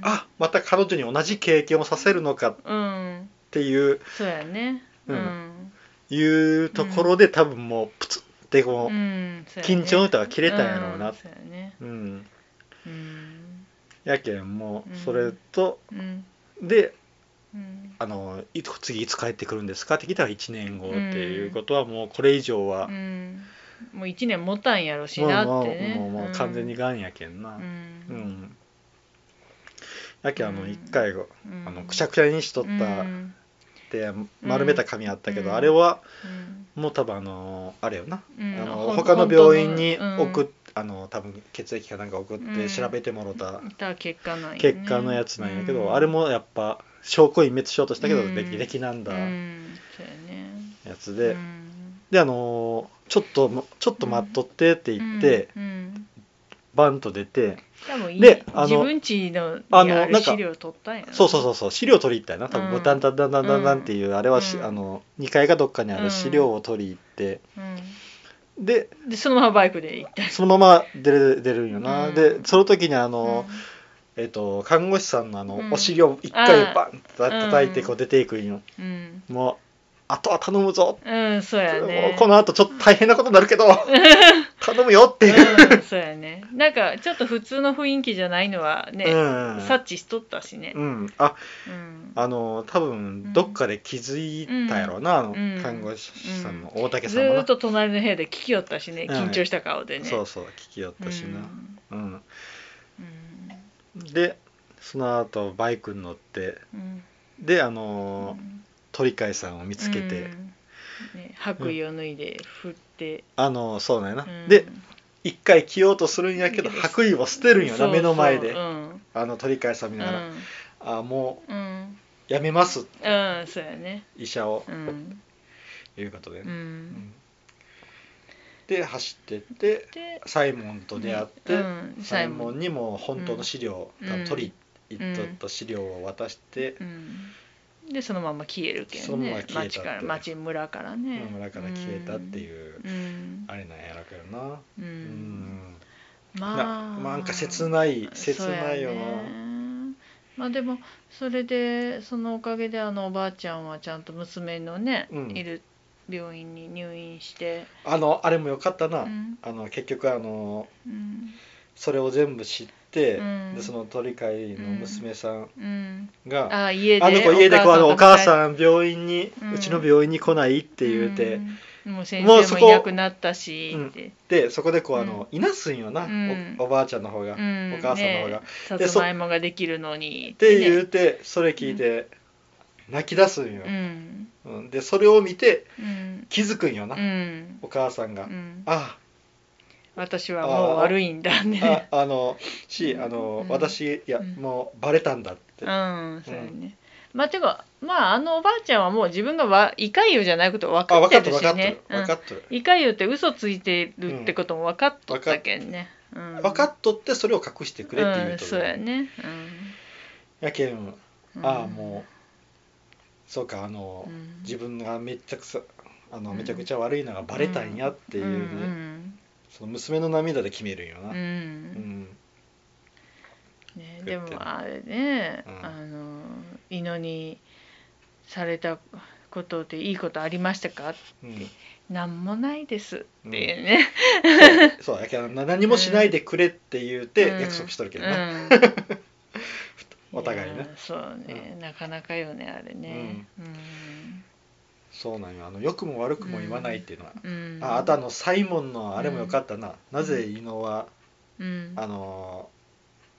S2: うん
S1: あまた彼女に同じ経験をさせるのかっ
S2: うん
S1: ていう
S2: そうやね
S1: う
S2: うんん、
S1: いうところで多分もうプツッてこ
S2: う
S1: う、
S2: んそうやね
S1: 緊張の歌が切れたんやろうな
S2: うんそうやね
S1: うん
S2: うん
S1: やけんもう
S2: うん
S1: それと、
S2: うん
S1: で
S2: うん
S1: あのい次いつ帰ってくるんですかって聞いたら1年後っていうことはもうこれ以上は
S2: う、んもう1年もたんやろしな
S1: もう
S2: ってね
S1: もうもうもう完全に
S2: が
S1: がんやけんな
S2: う
S1: うん、
S2: ん、
S1: やけんあの
S2: うん
S1: 1回が、
S2: うん
S1: あのくしゃくしゃにしとっ
S2: う
S1: た
S2: ん
S1: って丸めた紙あったけど、
S2: うん
S1: あれは
S2: うん
S1: もう多分あのあれよな、
S2: うん
S1: あの
S2: ほん
S1: 他の病院に
S2: 本当の
S1: 送っ、
S2: うん
S1: あの多分血液かなんか送っ
S2: う
S1: て
S2: ん
S1: 調べてもろた
S2: た結果なんやね
S1: 結果のやつなんやけど、
S2: うん
S1: あれもやっぱ証拠隠滅しようとしたけど
S2: うん
S1: できできなんだ
S2: うんそうやね
S1: やつで、
S2: うん
S1: であのーちょっともちょっと待っとってって言って、
S2: うんうん
S1: バンと出て、
S2: 多分いい
S1: であの
S2: 自分ちの
S1: あの
S2: にあ
S1: なん
S2: る
S1: か
S2: 資料取ったんやな
S1: そうそうそうそう資料取り行ったよな多
S2: う
S1: 分
S2: ん
S1: ボタンタンタンタンタンタンっていう、あれはし、
S2: うん
S1: あの2階がどっかにあ
S2: う
S1: る
S2: ん
S1: 資料を取り行って、
S2: う
S1: で
S2: ん、でそのままバイクで行った
S1: そのまま出る出るんよな、
S2: うん
S1: でその時にあの、
S2: うん
S1: えっと看護師さんのあの、
S2: うん
S1: お尻を1回
S2: あー
S1: バンと叩いてこう出ていくんよ、
S2: うん、
S1: もうあとは頼むぞ、
S2: うん、そうや
S1: も
S2: ね
S1: うこのあとちょっと大変なことになるけど頼むよっていう、
S2: うん、そうやねなんかちょっと普通の雰囲気じゃないのは
S1: う
S2: ね、
S1: ん
S2: 察知しとったしね
S1: うん、あ
S2: うん、
S1: あの多分どっかで気づいたやろうな、あの看護師さんの、大竹
S2: ず
S1: さんも
S2: ーっ
S1: な、
S2: と隣の部屋で聞きよったしね
S1: うん
S2: 緊張した顔でね、
S1: そうそう聞きよったしな、うんでその後バイクに乗って
S2: うん
S1: であ
S2: う
S1: のー
S2: ん
S1: 鳥飼さんを見つけて、
S2: うんね、白衣を脱いで振って、
S1: あのーそうなんやな、
S2: うん
S1: で一回着ようとするんやけど白衣を捨てるんよ
S2: そう
S1: な
S2: そ
S1: 目
S2: う
S1: の前で、
S2: うん
S1: あの鳥飼さん見
S2: う
S1: ながら、
S2: ん
S1: あも
S2: うん
S1: うやめます
S2: うんそうやね
S1: 医者を
S2: う、ん
S1: いうことで、
S2: う
S1: ね
S2: ん
S1: で走ってって
S2: で
S1: サイモンと出会って、
S2: うん
S1: サイモン
S2: に
S1: にも本当の資料、
S2: うん
S1: 多分取り行っとった資料を渡して、
S2: うん、でそのまま消えるけ
S1: その
S2: ん
S1: まま
S2: ね
S1: 消えたっ
S2: 町
S1: て
S2: から町村からね
S1: 村から消えたっていう、
S2: うん
S1: あれなんやろけどな。
S2: うん、
S1: うん
S2: ま
S1: な
S2: あ
S1: なんか切ない切ないよな
S2: そうやねまあでもそれでそのおかげであのおばあちゃんはちゃんと娘のね、
S1: うん
S2: いる病院に入院して、
S1: あのあれもよかったな、
S2: うん
S1: あの結局あの
S2: うん
S1: それを全部知っって、
S2: うん
S1: でその鳥飼の娘さん
S2: うん、
S1: が、
S2: ああ家で
S1: あの子家でこうあのお母
S2: んっ
S1: さん病院に、う
S2: うん
S1: ちの病院に来ないって言うて、、
S2: うんもう先
S1: もうそ
S2: 生
S1: こ
S2: もいなくなったしって、
S1: でそこでこうあの、いなすんよな、
S2: うん
S1: おおばあちゃんの方が、
S2: うん
S1: お母さんの方が。
S2: ね
S1: っ
S2: さ
S1: でそ
S2: つまいもができるのにってね
S1: 言うてそれ聞いて泣き出すんよ
S2: う、ん
S1: うんでそれを見て
S2: うん
S1: 気づくんよな、
S2: うん
S1: お母さんが。
S2: うん
S1: あ
S2: 私はもう悪いんだ
S1: あ
S2: ね
S1: あのしあの、
S2: うん
S1: 私いや、
S2: うん
S1: もうバレたんだって、
S2: うんそうやねまあてかまああのおばあちゃんはもう自分がわイカユじゃないことは
S1: あ
S2: 分かっ
S1: 分か
S2: て
S1: って
S2: る
S1: る分かってる分
S2: しね
S1: かっとる、
S2: うんイカユって嘘ついてるってことも分かっとったけんねうん
S1: 分かっとってそれを隠してくれって言
S2: う
S1: うんと
S2: そう
S1: る、
S2: やね
S1: やけん
S2: うん
S1: ああもうそうかあの、
S2: うん
S1: 自分がめちゃくちゃあの
S2: うん
S1: めちゃくちゃ悪いのがバレたんやっていう、ね
S2: うん
S1: その娘の涙で決めるんよ
S2: うん
S1: な、
S2: う
S1: うん
S2: んね
S1: 作って
S2: で
S1: る
S2: もあれね、
S1: うん
S2: あの犬にされたことでいいことありましたか
S1: うん
S2: なんもないですっていうね、
S1: そうやけどな何もしないでくれって言うて約束しとるけどな、
S2: うん
S1: お互いね
S2: やそうね、なかなかよねあれね
S1: そうなんよあの良くも悪くも言わないっていうのは、
S2: うん、うん
S1: ああとあのサイモンのあれもよかったな、なぜ伊野は
S2: うん、
S1: あのー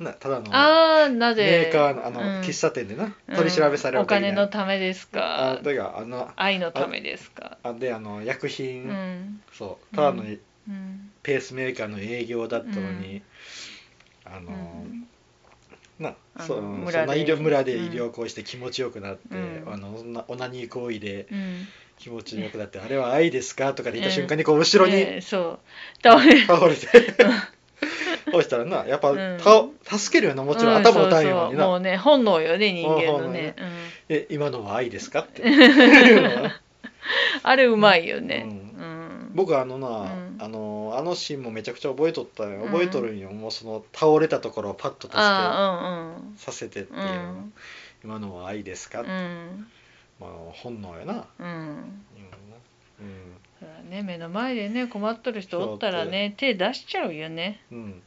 S1: なただの
S2: あーな
S1: メ
S2: ぜ
S1: ーカーのあの、
S2: うん
S1: 喫茶店でな
S2: うん
S1: 取り調べされる
S2: お金の
S1: た
S2: ためです
S1: あ
S2: か
S1: というかあの
S2: 愛のためですか
S1: あであの薬
S2: う
S1: 品、
S2: ん
S1: そうただの
S2: うんうん
S1: ペースメーカーの営業だったのに、あ
S2: う
S1: のー
S2: ん
S1: な
S2: あの
S1: そうそん
S2: 村
S1: な
S2: で
S1: 医療村で
S2: うん
S1: 医療行為して気持ちよくなって、
S2: うん
S1: あのそんなオナニー行為で
S2: うん
S1: 気持ちよくなって、あれは愛ですかとかで言った
S2: うん
S1: 瞬間にこう後ろ
S2: ね
S1: に
S2: えそう倒れ
S1: 倒れて落ちたらなやっぱ、
S2: うん
S1: たお助けるよなもちろん、
S2: うん
S1: 頭打たんようにな
S2: そうそうもうね本能よね人間
S1: うん本能
S2: の
S1: ね
S2: ね、うん、
S1: え今のは愛ですかっていうのは
S2: あれうまいよね、
S1: う
S2: うんん
S1: 僕あのな、
S2: うん
S1: あのあのシーンもめちゃくちゃ覚えとったよ
S2: うん
S1: 覚えとるんよ、もうその倒れたところをパッと助け
S2: ああ
S1: させてっていう
S2: うん
S1: の
S2: う
S1: が、
S2: ん
S1: 今のは愛ですか、
S2: うんうん
S1: まあ、本能やな、
S2: うん
S1: う
S2: そうだね目の前でね困っとる人おったらね手出しちゃうよね
S1: んうん、
S2: うん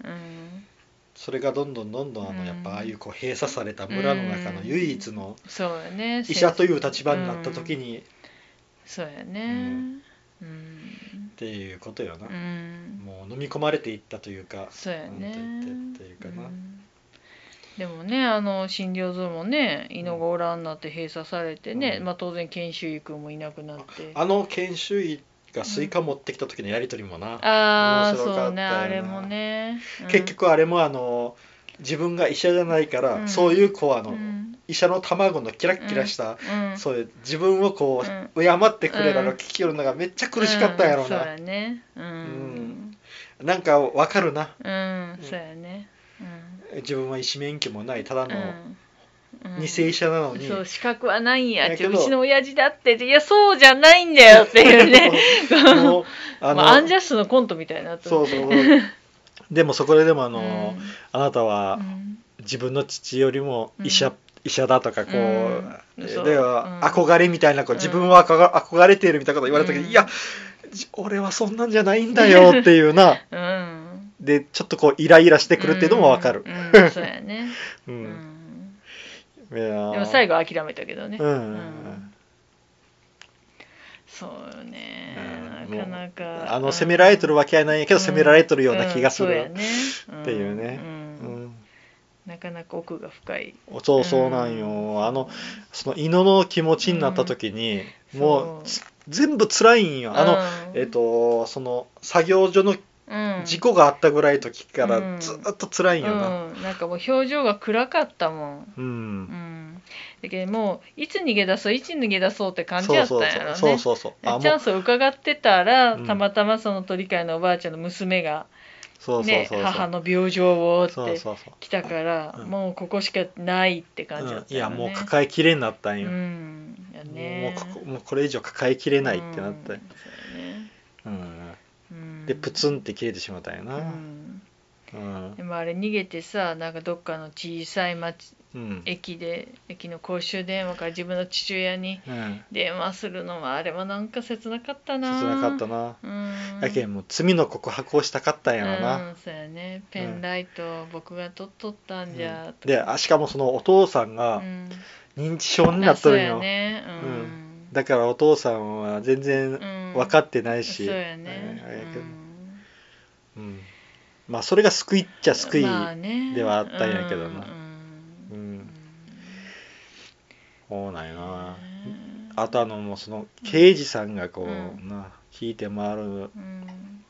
S1: それがどんどんどんどんあの、
S2: うん
S1: やっぱああいうこう閉鎖された村の中の唯一の
S2: そうやね
S1: 医者
S2: せ
S1: という立場になった時にっ
S2: そうや
S1: う
S2: ねうん
S1: ていうことよな、
S2: うん
S1: もう飲み込まれていったというか
S2: そうやね
S1: なんて言ってっていうかな
S2: うんでもねあの診療所もね犬がおらんなって閉鎖されてね、
S1: うん
S2: まあ当然研修医君もいなくなって
S1: あの研修医がスイカ持ってきた時のやり取りもな、
S2: ああ
S1: 面白かったよな
S2: そうねあれもね、うん
S1: 結局あれもあの自分が医者じゃないから、
S2: うん
S1: そういうこうあの、
S2: うん
S1: 医者の卵のキラッキラした、
S2: うん
S1: そういう自分をこう、敬ってくれるの聞
S2: うん
S1: きよるのがめっちゃ苦しかったんやろ
S2: う
S1: うん
S2: そう
S1: な、
S2: やねうん、
S1: なんかわかるな
S2: うんそうやね
S1: 自分は医師免許もないただ
S2: うん、う
S1: の
S2: んうん
S1: 偽医者なのに、
S2: そう資格はないんや
S1: や
S2: って
S1: け
S2: う
S1: ど
S2: ちの親父だっていやそうじゃないんだよっていうね
S1: もう あの、
S2: まあ、アンジャッシュのコントみたいになって
S1: そううそうそうでもそこででもあの、
S2: ん
S1: あなたは
S2: うん
S1: 自分の父よりも医者、
S2: うん
S1: 医者だとかこう、
S2: うんそう
S1: では
S2: うん
S1: 憧れみたいなこう
S2: うん
S1: 自分は憧れ憧れているみたいなこと言われたけど、
S2: うん
S1: いやじ俺はそんなんじゃないんだよっていうな
S2: うん
S1: でちょっとこうイライラしてくるっていうのもわかる、
S2: うんうんそうやね、
S1: う
S2: うんん、
S1: いや
S2: でも最後諦めたけどね
S1: うん
S2: そうよね
S1: うん
S2: なかなか
S1: あの責められてるわけやないんやけど責められてるような気がす
S2: うんそうや
S1: る、
S2: ね
S1: っていうね
S2: うん
S1: うん
S2: なかなか奥が深い
S1: そうそうなんよ、
S2: うん
S1: あのその犬の気持ちになった時に、
S2: うん
S1: もう
S2: そ
S1: 全部辛いんよあの、
S2: うん
S1: えっ、とその作業所の
S2: うん
S1: 事故があったぐらいの時か
S2: う
S1: ら
S2: ん
S1: ずっと辛いんよな
S2: うん、なんかもう表情が暗かったもん
S1: うん、
S2: うんだけどもういつ逃げ出そういつ逃げ出そうって感じ
S1: そ
S2: や
S1: う
S2: った
S1: そ
S2: ん
S1: う
S2: やろね
S1: そうそうそう
S2: チ
S1: あもう
S2: ャンスを伺ってたら、
S1: うん
S2: たまたまその鳥飼のおばあちゃんの娘が、
S1: そうそう
S2: ね
S1: そう
S2: 母の病状をっ
S1: そうそう
S2: て
S1: そうそう
S2: 来たから、
S1: うん
S2: もうここしかないって感じだ
S1: う
S2: っ
S1: ん
S2: た
S1: いや
S2: よね、
S1: もう抱えきれになったん
S2: う
S1: よ、
S2: んや
S1: もう
S2: ね
S1: ここもうこれ以上抱えきれないってなった
S2: うん
S1: よ、
S2: そうやね
S1: うん
S2: うん
S1: でプツンって切れてしまったんやな、
S2: う
S1: うん
S2: ん
S1: うん
S2: でもあれ逃げてさなんかどっかの小さい町
S1: うん
S2: 駅で駅の公衆電話から自分の父親に
S1: うん
S2: 電話するのはあれはなんか切なかっ
S1: 切
S2: たな
S1: なかったな
S2: うん
S1: やけんもう罪の告白をしたかったんやろな、
S2: うん、そうやねペンライトを僕が取っとったんじゃ、
S1: うんであしかもそのお父さん
S2: う
S1: が
S2: ん、
S1: 認知症になっとるん
S2: あ
S1: よ、
S2: そうやねう
S1: うん
S2: ん、
S1: だからお父さんは全然
S2: うん
S1: 分かってないし、
S2: そうやね、
S1: うんあれやけど
S2: うん
S1: うんまあそれが救いっちゃ救い、
S2: まあね
S1: ではあったんやけどな
S2: うん
S1: う
S2: うん
S1: んそうなんやな
S2: うん
S1: あとあのもうその刑事さんがこう、
S2: うん
S1: な聞いて回る
S2: うん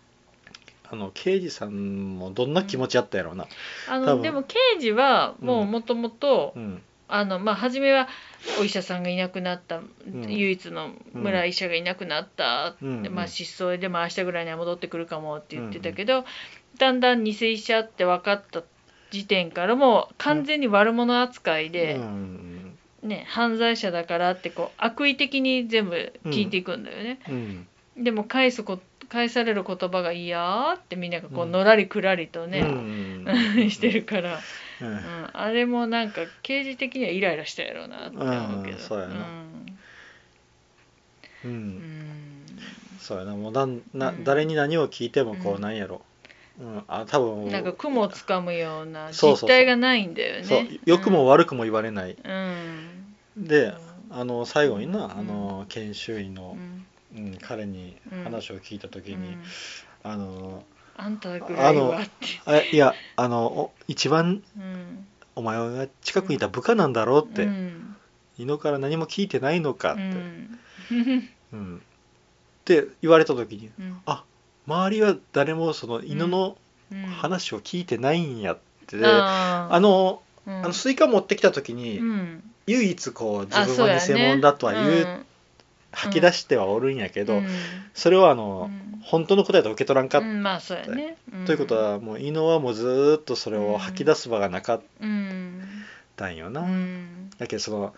S1: あの刑事さんもどんな気持ちやったやろうな
S2: あ
S1: 多
S2: の
S1: 分
S2: でも刑事はもうもともと
S1: うん
S2: あのまあ初めはお医者さんがいなくなった、唯一の村医者がいなくなった、
S1: うん
S2: で
S1: うん
S2: まあ失踪でまあ明日ぐらいには戻ってくるかもって言ってたけど、だんだん偽医者って分かった時点からもう完全に悪者扱いで、
S1: うん
S2: ね、犯罪者だからってこう悪意的に全部聞いていくんだよね、
S1: うん
S2: でも返すこ返される言葉が「いや」ってみんながこう
S1: うん
S2: のらりくらりと
S1: う
S2: ね、
S1: ん
S2: してるから、
S1: うんうん
S2: うん、あれもなんか刑事的にはイライラしたやろうなって思うけど、
S1: うんそうやな
S2: うん
S1: う
S2: うんん
S1: そうやなもうなんな、
S2: うん
S1: 誰に何を聞いてもこ
S2: う
S1: うんなんやろ、うん、あ多分
S2: なんか雲をつかむような
S1: そうそうそう
S2: 実態がないんだよね。
S1: そう良くも悪くも言われない、
S2: うん、うん
S1: であの最後にな
S2: ん
S1: あの研修医
S2: う
S1: の、
S2: ん
S1: うん、彼に
S2: うん
S1: 話を聞いた時に、
S2: うん
S1: あの
S2: あんたぐらいはって、
S1: あいやあのお一番
S2: うん、
S1: お前が近くにいた部下なんだろうって、
S2: うん
S1: 伊野から何も聞いてないのかっ
S2: う
S1: て、
S2: ん
S1: うんって言われた時に
S2: うん
S1: 周りは誰もその犬の
S2: うん
S1: 話を聞いてないんやって、
S2: あー
S1: あの,、
S2: うん
S1: あのスイカ持ってきた時に、
S2: うん
S1: 唯一こう
S2: あ
S1: 自分は
S2: そ
S1: 偽
S2: うやね
S1: 物だとは言う
S2: うん
S1: 吐き出してはおるんやけど、
S2: うん
S1: それはあの、
S2: うん
S1: 本当の答えと受け取らんかっ
S2: うんまあそうやね、ん
S1: ということ、はもう伊野はもうずーっとそれを吐き出す場がなかっ
S2: うん
S1: たんよ
S2: う
S1: な、
S2: ん
S1: だけどその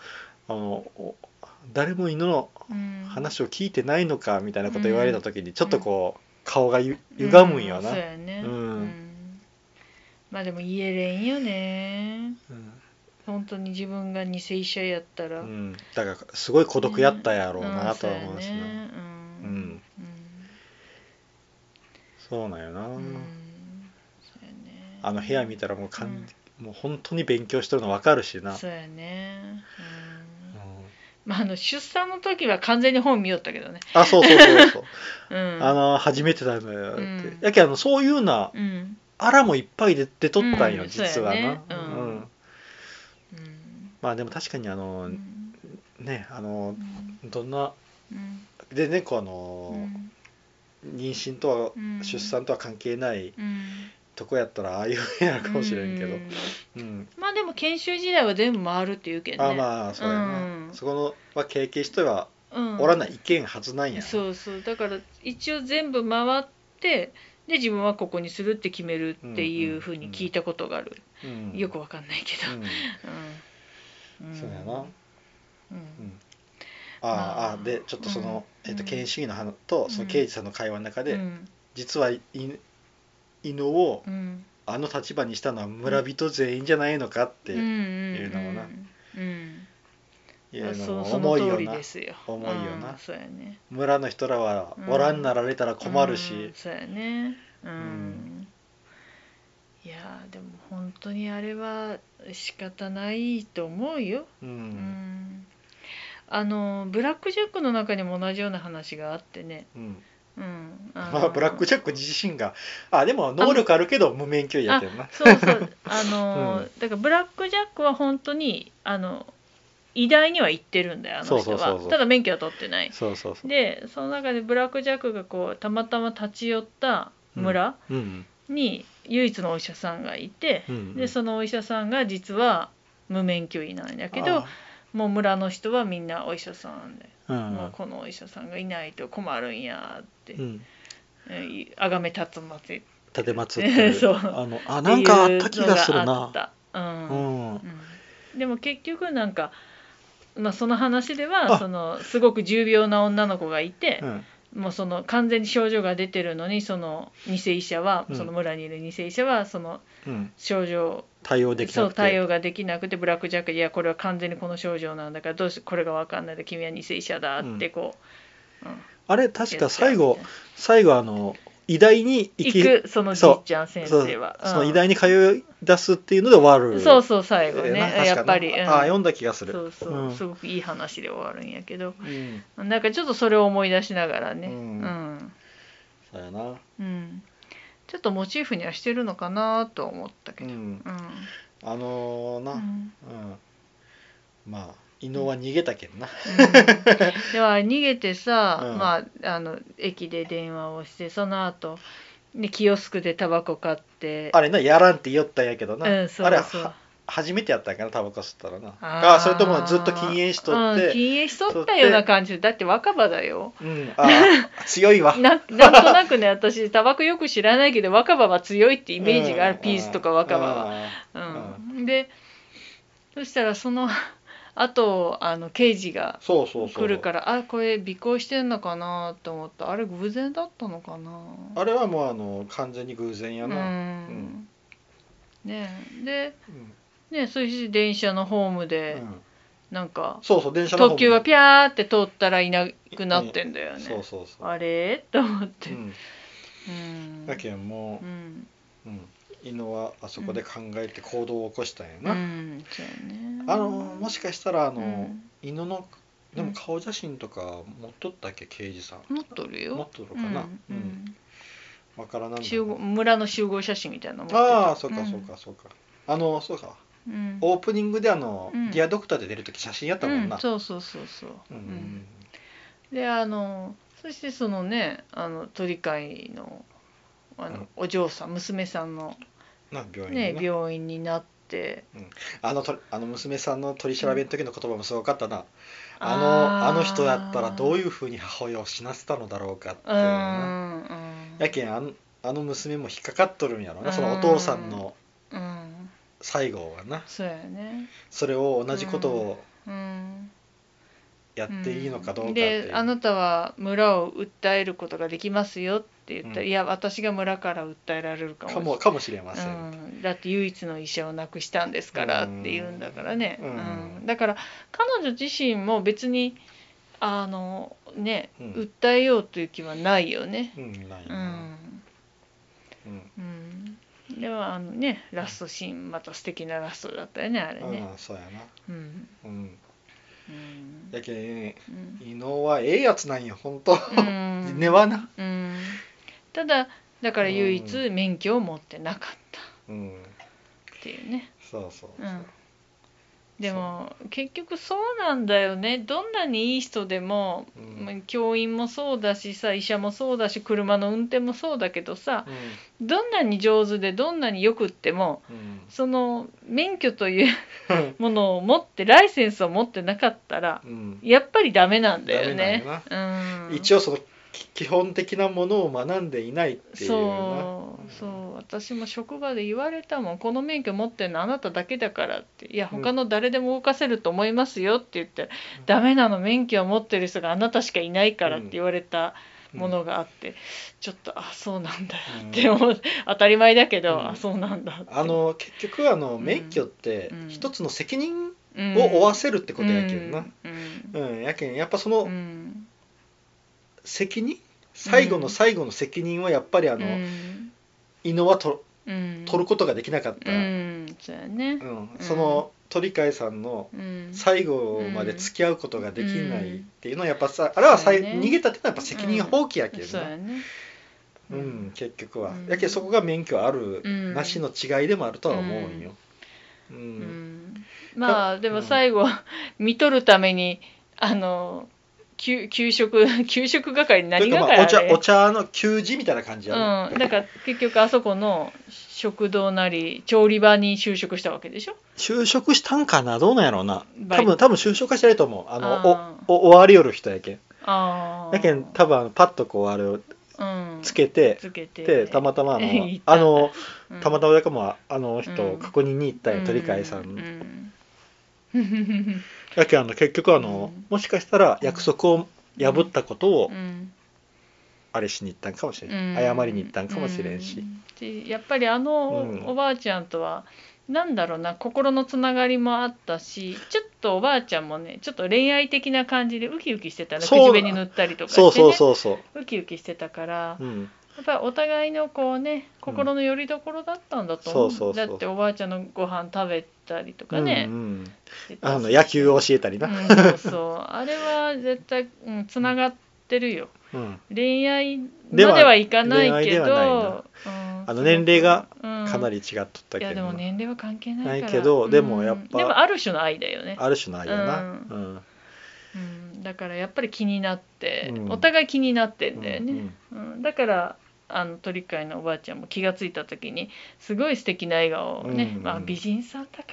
S1: あのお誰も犬の
S2: うん、
S1: 話を聞いてないのかみたいなこと言われた時にちょっとこう顔がゆ
S2: うん
S1: 歪むんよな、
S2: そうやね、
S1: うん
S2: まあでも言えれんよね
S1: うん
S2: 本当に自分が偽医者やったら、
S1: うん、だからすごい孤独やったやろうなとは思うし
S2: ん
S1: な、
S2: そやねうん
S1: うんそうなんよな、
S2: うんうんそうやね
S1: あの部屋見たらもうかん、もう本当に勉強してるの分かるしな、
S2: そうやね、うん
S1: うん
S2: まあ、あの出産の時は完全に本見よったけどね。
S1: あそうそうそうそう
S2: うん、
S1: あの初めてだよって、
S2: うん
S1: やけあのそういうな
S2: うん、
S1: あらもいっぱい出出とったんよ、
S2: うん
S1: 実はな、
S2: そうやねう
S1: うんん
S2: うん
S1: まあでも確かにあ
S2: う
S1: の
S2: ん
S1: ねあの
S2: うん
S1: どんな
S2: うん
S1: でねこうあ
S2: う
S1: の、
S2: ん
S1: 妊娠と
S2: う
S1: は
S2: ん
S1: 出産とは関係ない
S2: うん
S1: とこやったらああいうふうになるかもしれんけど
S2: う、ん
S1: うん、
S2: まあでも研修時代は全部回るっていうけんね
S1: あまあそうやな、
S2: うん
S1: そこのは経験しとは
S2: うん、
S1: おらない意見はずなんや、
S2: そうそうだから一応全部回ってで自分はここにするって決めるっていうふうに聞いたことがある、
S1: うん、
S2: よくわかんないけ
S1: うん、
S2: ど、うん
S1: そうやな、うん
S2: うん
S1: ああ
S2: あ
S1: あ
S2: ー
S1: でちょっとその、
S2: うん
S1: えっと
S2: うん
S1: 研修医の話とその刑事さんの会話の中で、
S2: うん
S1: 実はい犬を
S2: うん
S1: あの立場にしたのは村人全員じゃないのかって
S2: うん
S1: いう
S2: うん
S1: のもな
S2: うん
S1: の
S2: そう
S1: も
S2: そ
S1: 思
S2: の
S1: いよ
S2: 通り
S1: な
S2: ですよ
S1: 思いよな
S2: うんそうやね
S1: 村の人らは
S2: うん
S1: おらんなられたら困る
S2: うん
S1: し、
S2: そうやねうん、
S1: ん
S2: いやーでも本当にあれは仕方ないと思うよ、
S1: うん
S2: うんあのブラック・ジャックの中にも同じような話があってね、
S1: うん
S2: うん、あ
S1: まあ ブラック・
S2: ャッ
S1: ジャック自身があでも能力あるけど無免許医やってるな
S2: そうそうあの、
S1: うん
S2: だからブラック・ジャックは本当にあの医大には行ってるんだよあの人は
S1: そうそうそうそう
S2: ただ免許は取ってない
S1: そうそうそう
S2: でその中でブラック・ジャックがこうたまたま立ち寄った村
S1: うん
S2: に唯一のお医者さんがいて、
S1: うんうん
S2: でそのお医者さんが実は無免許医なんだけ
S1: あ
S2: ど
S1: ー
S2: もう村の人はみんなお医者さんで、
S1: う
S2: もうんこのお医者さんがいないと困るんやって
S1: うん
S2: えあがめたつまつって
S1: 立てまつってる
S2: そう
S1: あのあ
S2: いう
S1: なんかあった気がする
S2: のがあ
S1: な
S2: ったうん
S1: うん
S2: うんでも結局なんか、まあ、その話では
S1: あ
S2: そのすごく重病な女の子がいて
S1: う、ん
S2: もうその完全に症状が出てるのにその偽医者は、
S1: うん
S2: その村にいる偽医者はその
S1: うん
S2: 症状
S1: 対応でき
S2: そ
S1: な
S2: う
S1: く
S2: 対
S1: て
S2: 応ができなくてブラック・ジャックいやこれは完全にこの症状なんだからどうしてこれが分かんないで君は偽医者だってこう、うん
S1: あれ確か
S2: やっちゃう
S1: 最後最後あの医大に行き
S2: 行くそのじ
S1: そう
S2: いちゃん先
S1: そう
S2: 生は
S1: その
S2: うん
S1: 医大に通い出すっていうので終わる
S2: そうそう最後ね
S1: な確かな
S2: やっぱり、うん
S1: あ読んだ気がする
S2: そうそう、
S1: ん
S2: すごくいい話で終わるんやけど
S1: うん
S2: なんかちょっとそれを思い出しながらね
S1: う
S2: うんん、
S1: そうやな
S2: うんちょっとモチーフにはしてるのかなとは思ったけ
S1: う
S2: ど、うん
S1: んあのーな
S2: う
S1: うん
S2: ん
S1: まあ伊能は逃げたけんな
S2: うんでは逃げてさ、
S1: うん
S2: まあ、あの駅で電話をしてその後ねキオスクでタバコ買って
S1: あれなやらんって言おったんやけどな
S2: うん、そう
S1: あれ
S2: そう
S1: は初めてやったんかなタバコ吸ったらな
S2: ー
S1: あそれともずっと禁煙しとっ
S2: うん、
S1: て
S2: 禁煙しとったような感じだって若葉 だよ
S1: うんあー強いわ
S2: なんなんとなくね私タバコよく知らないけど若葉は強いってイ
S1: イ
S2: メージがある、ピースとか若葉は。うん、でそしたらその後あの刑事が
S1: そうそうそう
S2: 来るからあこれ尾行してんのかなと思ったあれ偶然だったのかな
S1: あれはもうあの完全に偶然や
S2: う
S1: な、
S2: ん、ねえで
S1: うん
S2: ねそういう電車のホームで、
S1: うん
S2: なんか
S1: そうそう電車の
S2: 特急がピャーって通ったらいなくなってんだよ
S1: ャ
S2: ね、
S1: そうそうそう、
S2: あれと思って、
S1: うん、
S2: うん
S1: だけんも
S2: うん
S1: う、うん、犬はあそこで考えて行動を起こしたんやな、
S2: うん、そうやね
S1: あのもしかしたらあの、
S2: うん
S1: 犬のでも顔写真とか持っとったっけ刑事さん、
S2: 持っとるよ
S1: 持っとるかな、
S2: うん
S1: うんわからなんだ
S2: 集合村の集合写真みたいなの持ってた
S1: ああそうかそう、かそうか、あのそうか
S2: うんうん
S1: オープニングであの、
S2: うん
S1: ディアドクターで出る時写真やったもんな、
S2: うんそうそうそうそう、
S1: うん
S2: うんであのそしてそのねあの鳥飼のあの、
S1: うん
S2: お嬢さん娘さんの
S1: な病院で
S2: ね
S1: な
S2: 病院になって
S1: あのとあの娘さんの取り調べの時の言葉もすごかったな、あ
S2: あー
S1: のあの人だったらどういうふうに母親を死なせたのだろうかっていうの
S2: う
S1: な、
S2: んうん
S1: やけんあのあの娘も引っかかっとるんやろな、その
S2: うん
S1: お父さんの
S2: うん
S1: 最後はな
S2: そうやね
S1: それを同じことを
S2: うん
S1: やっていいのかどうかっていう、
S2: であなたは村を訴えることができますよって言ったら、
S1: うん
S2: いや私が村から訴えられるかも
S1: か
S2: しれない
S1: もかもしれません、
S2: うん、だって唯一の医者を亡くしたんですからって言うんだからね、
S1: う
S2: うんんだから彼女自身も別にあのね、
S1: うん
S2: 訴えようという気はないよね。
S1: うんない
S2: うん
S1: な、うん
S2: うんでもあのねラストシーンまた素敵なラストだったよねあれね
S1: う。んそうやな
S2: うん
S1: うん
S2: うん
S1: やけん
S2: うん
S1: 伊能はええやつなんよ本当、
S2: うん
S1: 根はな、
S2: うんただだから唯一免許を持ってなかった
S1: うん、
S2: っていうね。
S1: そうそうそう、
S2: うんでも結局そうなんだよねどんなにいい人でも、
S1: うん
S2: まあ教員もそうだしさ医者もそうだし車の運転もそうだけどさどんなに上手でどんなによくっても
S1: うん
S2: その免許という
S1: うん
S2: ものを持ってライセンスを持ってなかったら
S1: うん
S2: やっぱりダメなんだよね
S1: ダメなん。
S2: うん、
S1: 一応そのき基本的なものを学んでいないっていうな
S2: そうそう私も職場で言われたもんこの免許持ってるのあなただけだからっていや
S1: うん
S2: 他の誰でも動かせると思いますよって言って、ダメなの免許を持ってる人があなたしかいないからって言われた
S1: うん
S2: ものがあって、ちょっとあそうなんだ
S1: うん
S2: って思う、 当たり前だけど、
S1: うん
S2: あそうなんだって
S1: あの結局あの
S2: ん
S1: 免許って
S2: うん
S1: 一つの責任
S2: うん
S1: を負わせるってことやけんな、
S2: うん
S1: うんやけんやっぱそ
S2: うんう
S1: の
S2: ん
S1: 責任、最後の最後の責任はやっぱりあの、
S2: うん
S1: 伊能はと
S2: うん
S1: 取ることができなかった、
S2: う
S1: うん
S2: んそうやね、
S1: その鳥飼さんの
S2: うん、
S1: 最後まで付き合うことができないっていうのはやっぱさ、あれはさ
S2: そうやね
S1: 逃げたってのはやっぱ責任放棄やけん
S2: そう
S1: な、
S2: やね
S1: うん結局は、
S2: うん
S1: やけんそこが免許ある、
S2: うん
S1: なしの違いでもあるとは思うんよ、うん
S2: うんまあでも最後、 見とるためにあの給給食 給食係
S1: とい
S2: 何
S1: うか
S2: が
S1: ま
S2: か
S1: あお
S2: ら
S1: 茶
S2: ね
S1: お茶の給仕みたいな感じやね、
S2: うん、だから結局あそこの食堂なり調理場に就職したわけでしょ
S1: 就職したんかなどうなんやろうな
S2: バ
S1: 多
S2: イ
S1: 分多分就職はしてないと思うあの
S2: あー
S1: おお終わりよる人やけん
S2: ああ
S1: やけん多分あのパッとこうあれを
S2: うん、
S1: つけて、
S2: つけて
S1: でたまたまあの
S2: 行った
S1: あのたま
S2: た
S1: たまだかもあの人
S2: う
S1: を
S2: ん
S1: 確認に行ったよ、鳥飼さん、
S2: ん、うん
S1: やけんあの結局あの、
S2: うん
S1: もしかしたら約束を破ったことを
S2: うん
S1: あれしに行ったんかもしれ
S2: うん
S1: ん、謝りに行ったんかもしれんし、
S2: うんでやっぱりあの
S1: うん
S2: おばあちゃんとはなんだろうな心のつながりもあったしちょっとおばあちゃんもねちょっと恋愛的な感じでウキウキしてたね口
S1: そう
S2: 紅塗ったりとかし
S1: そう
S2: て、ね、
S1: そうそうそう
S2: ウキウキしてたから
S1: うん
S2: やっぱりお互いのこうね心の拠り所だったんだと
S1: うん
S2: 思、
S1: そううそうそ
S2: だ
S1: う
S2: っておばあちゃんのご飯食べたりとかね、
S1: うんうん、
S2: してたし
S1: あの野球を教えたり
S2: う
S1: な、
S2: ん、そうそうあれは絶対、うん、つながってるよ
S1: うん、
S2: 恋愛ま
S1: で
S2: で
S1: は
S2: はいかないけ
S1: 恋愛では
S2: どうん
S1: あの年齢がか
S2: か
S1: なり違っとった
S2: いや
S1: け
S2: で
S1: ど、
S2: も年齢は関係ないから
S1: ないけどでもやっぱ
S2: うんでもある種の愛だよね、
S1: ある種の愛やな、う
S2: うん
S1: ん
S2: うん、だからやっぱり気になって、
S1: うん
S2: お互い気になってんだよ
S1: う
S2: ね、
S1: ん
S2: うんだからあの鳥飼のおばあちゃんも気がついた時にすごい素敵な笑顔をね、
S1: うん
S2: まあ、美人さんだか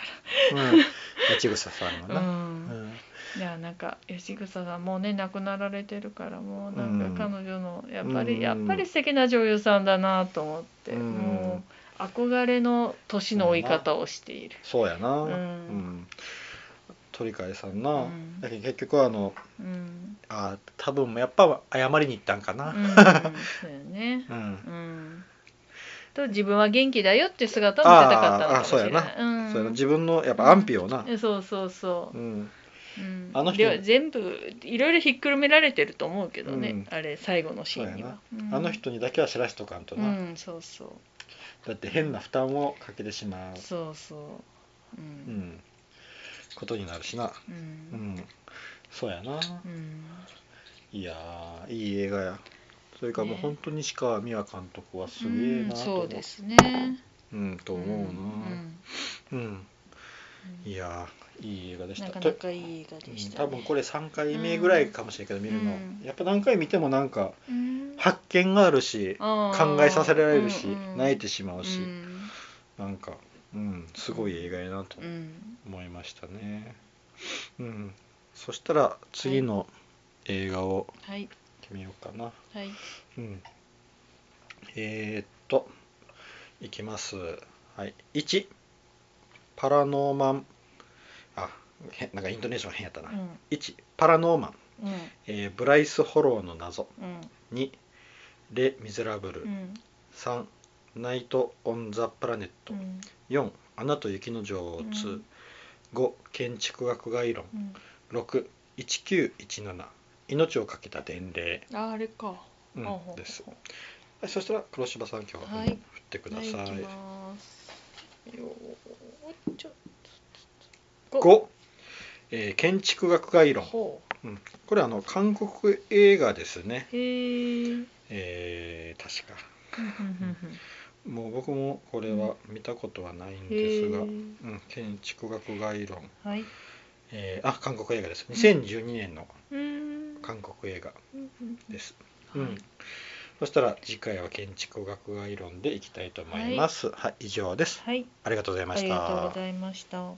S1: うん八草さんは
S2: ら、う
S1: な、
S2: ん
S1: うん
S2: いやなんか吉草さんもうね亡くなられてるからもうな
S1: うん
S2: んか彼女のやっぱり、
S1: うん
S2: やっぱり素敵な女優さんだなと思って、
S1: うん
S2: もう憧れの年の追い方をしている。
S1: そうやな、う
S2: うんん
S1: 鳥飼さんな、
S2: うん
S1: だけど結局あの
S2: うん、
S1: あ多分やっぱ謝りに行ったんか
S2: う
S1: な、
S2: ん、そうよね。
S1: うん
S2: うん、と自分は元気だよっていう姿を見せたかったのか
S1: あーあー
S2: も
S1: そう
S2: し
S1: や
S2: れ
S1: な
S2: ない。うん
S1: そうやな自分のやっぱ安否をな、
S2: えそうそうそうう。
S1: ん
S2: うん、
S1: あの人
S2: で全部いろいろひっくるめられてると思うけどね、
S1: うん
S2: あれ最後のシーンには。うん
S1: あの人にだけは知らしとかんと
S2: う
S1: な、
S2: ん、そうそう。
S1: だって変な負担をかけてしまう、
S2: そうそう。う。
S1: うんん、ことになるしな、
S2: う。
S1: うんん、そうやな
S2: うん。
S1: いやーいい映画やそれからもう
S2: ね
S1: 本当に西川美和監督はすげえなと思
S2: そううですね。
S1: うんと思うなうん、い
S2: や、
S1: やーいい映画でした
S2: なか
S1: と
S2: なかいい映画でした、ね。
S1: 多分これ3回目ぐらいかもしれんけど見るの、
S2: うん
S1: やっぱ何回見てもなんか
S2: うん、
S1: 発見があるし考
S2: 考
S1: えさせられるし、泣いて
S2: し
S1: しま
S2: ま
S1: うし、
S2: うん
S1: なんか、うん、すごい映画やなと
S2: うん
S1: 思いましたね、うん、そしたら次の映画を
S2: はい
S1: 決めようかな、
S2: はい
S1: うん、えー、っといきます、はい、1パラノーマンあへなんかイントネーション変やったな、
S2: うん
S1: 1パラノーマン
S2: うん
S1: えーブライス・ホローの謎
S2: うん
S1: 2レ・ミゼラブル、
S2: うん
S1: 3ナイト・オン・ザ・プラネット、
S2: うん
S1: 4アナと雪の女王2、
S2: うん
S1: 5建築学概論
S2: うん
S1: 61917命をかけた伝令、
S2: ああれか、
S1: う
S2: ほうほ
S1: ん、
S2: う
S1: です、はい、そしたら黒柴さん今日は
S2: は
S1: 振
S2: い
S1: ってください、
S2: はい、いきますよーちょ
S1: 5、えー建築学概論、
S2: ほう
S1: うん、これあの韓国映画ですね
S2: へー
S1: えー確か
S2: うんうんうんうん
S1: もう僕もこれは見たことはないんですが、
S2: へ
S1: う
S2: ー
S1: ん、建築学概論、
S2: はい
S1: えーあ韓国映画です2012年の
S2: うーん
S1: 韓国映画
S2: うんうんうん
S1: です、う
S2: はい
S1: ん、そしたら次回は建築学概論でいきたいと思います、はい以上です
S2: はい
S1: ありがとうございま
S2: あ
S1: し
S2: り
S1: た
S2: がとうございました。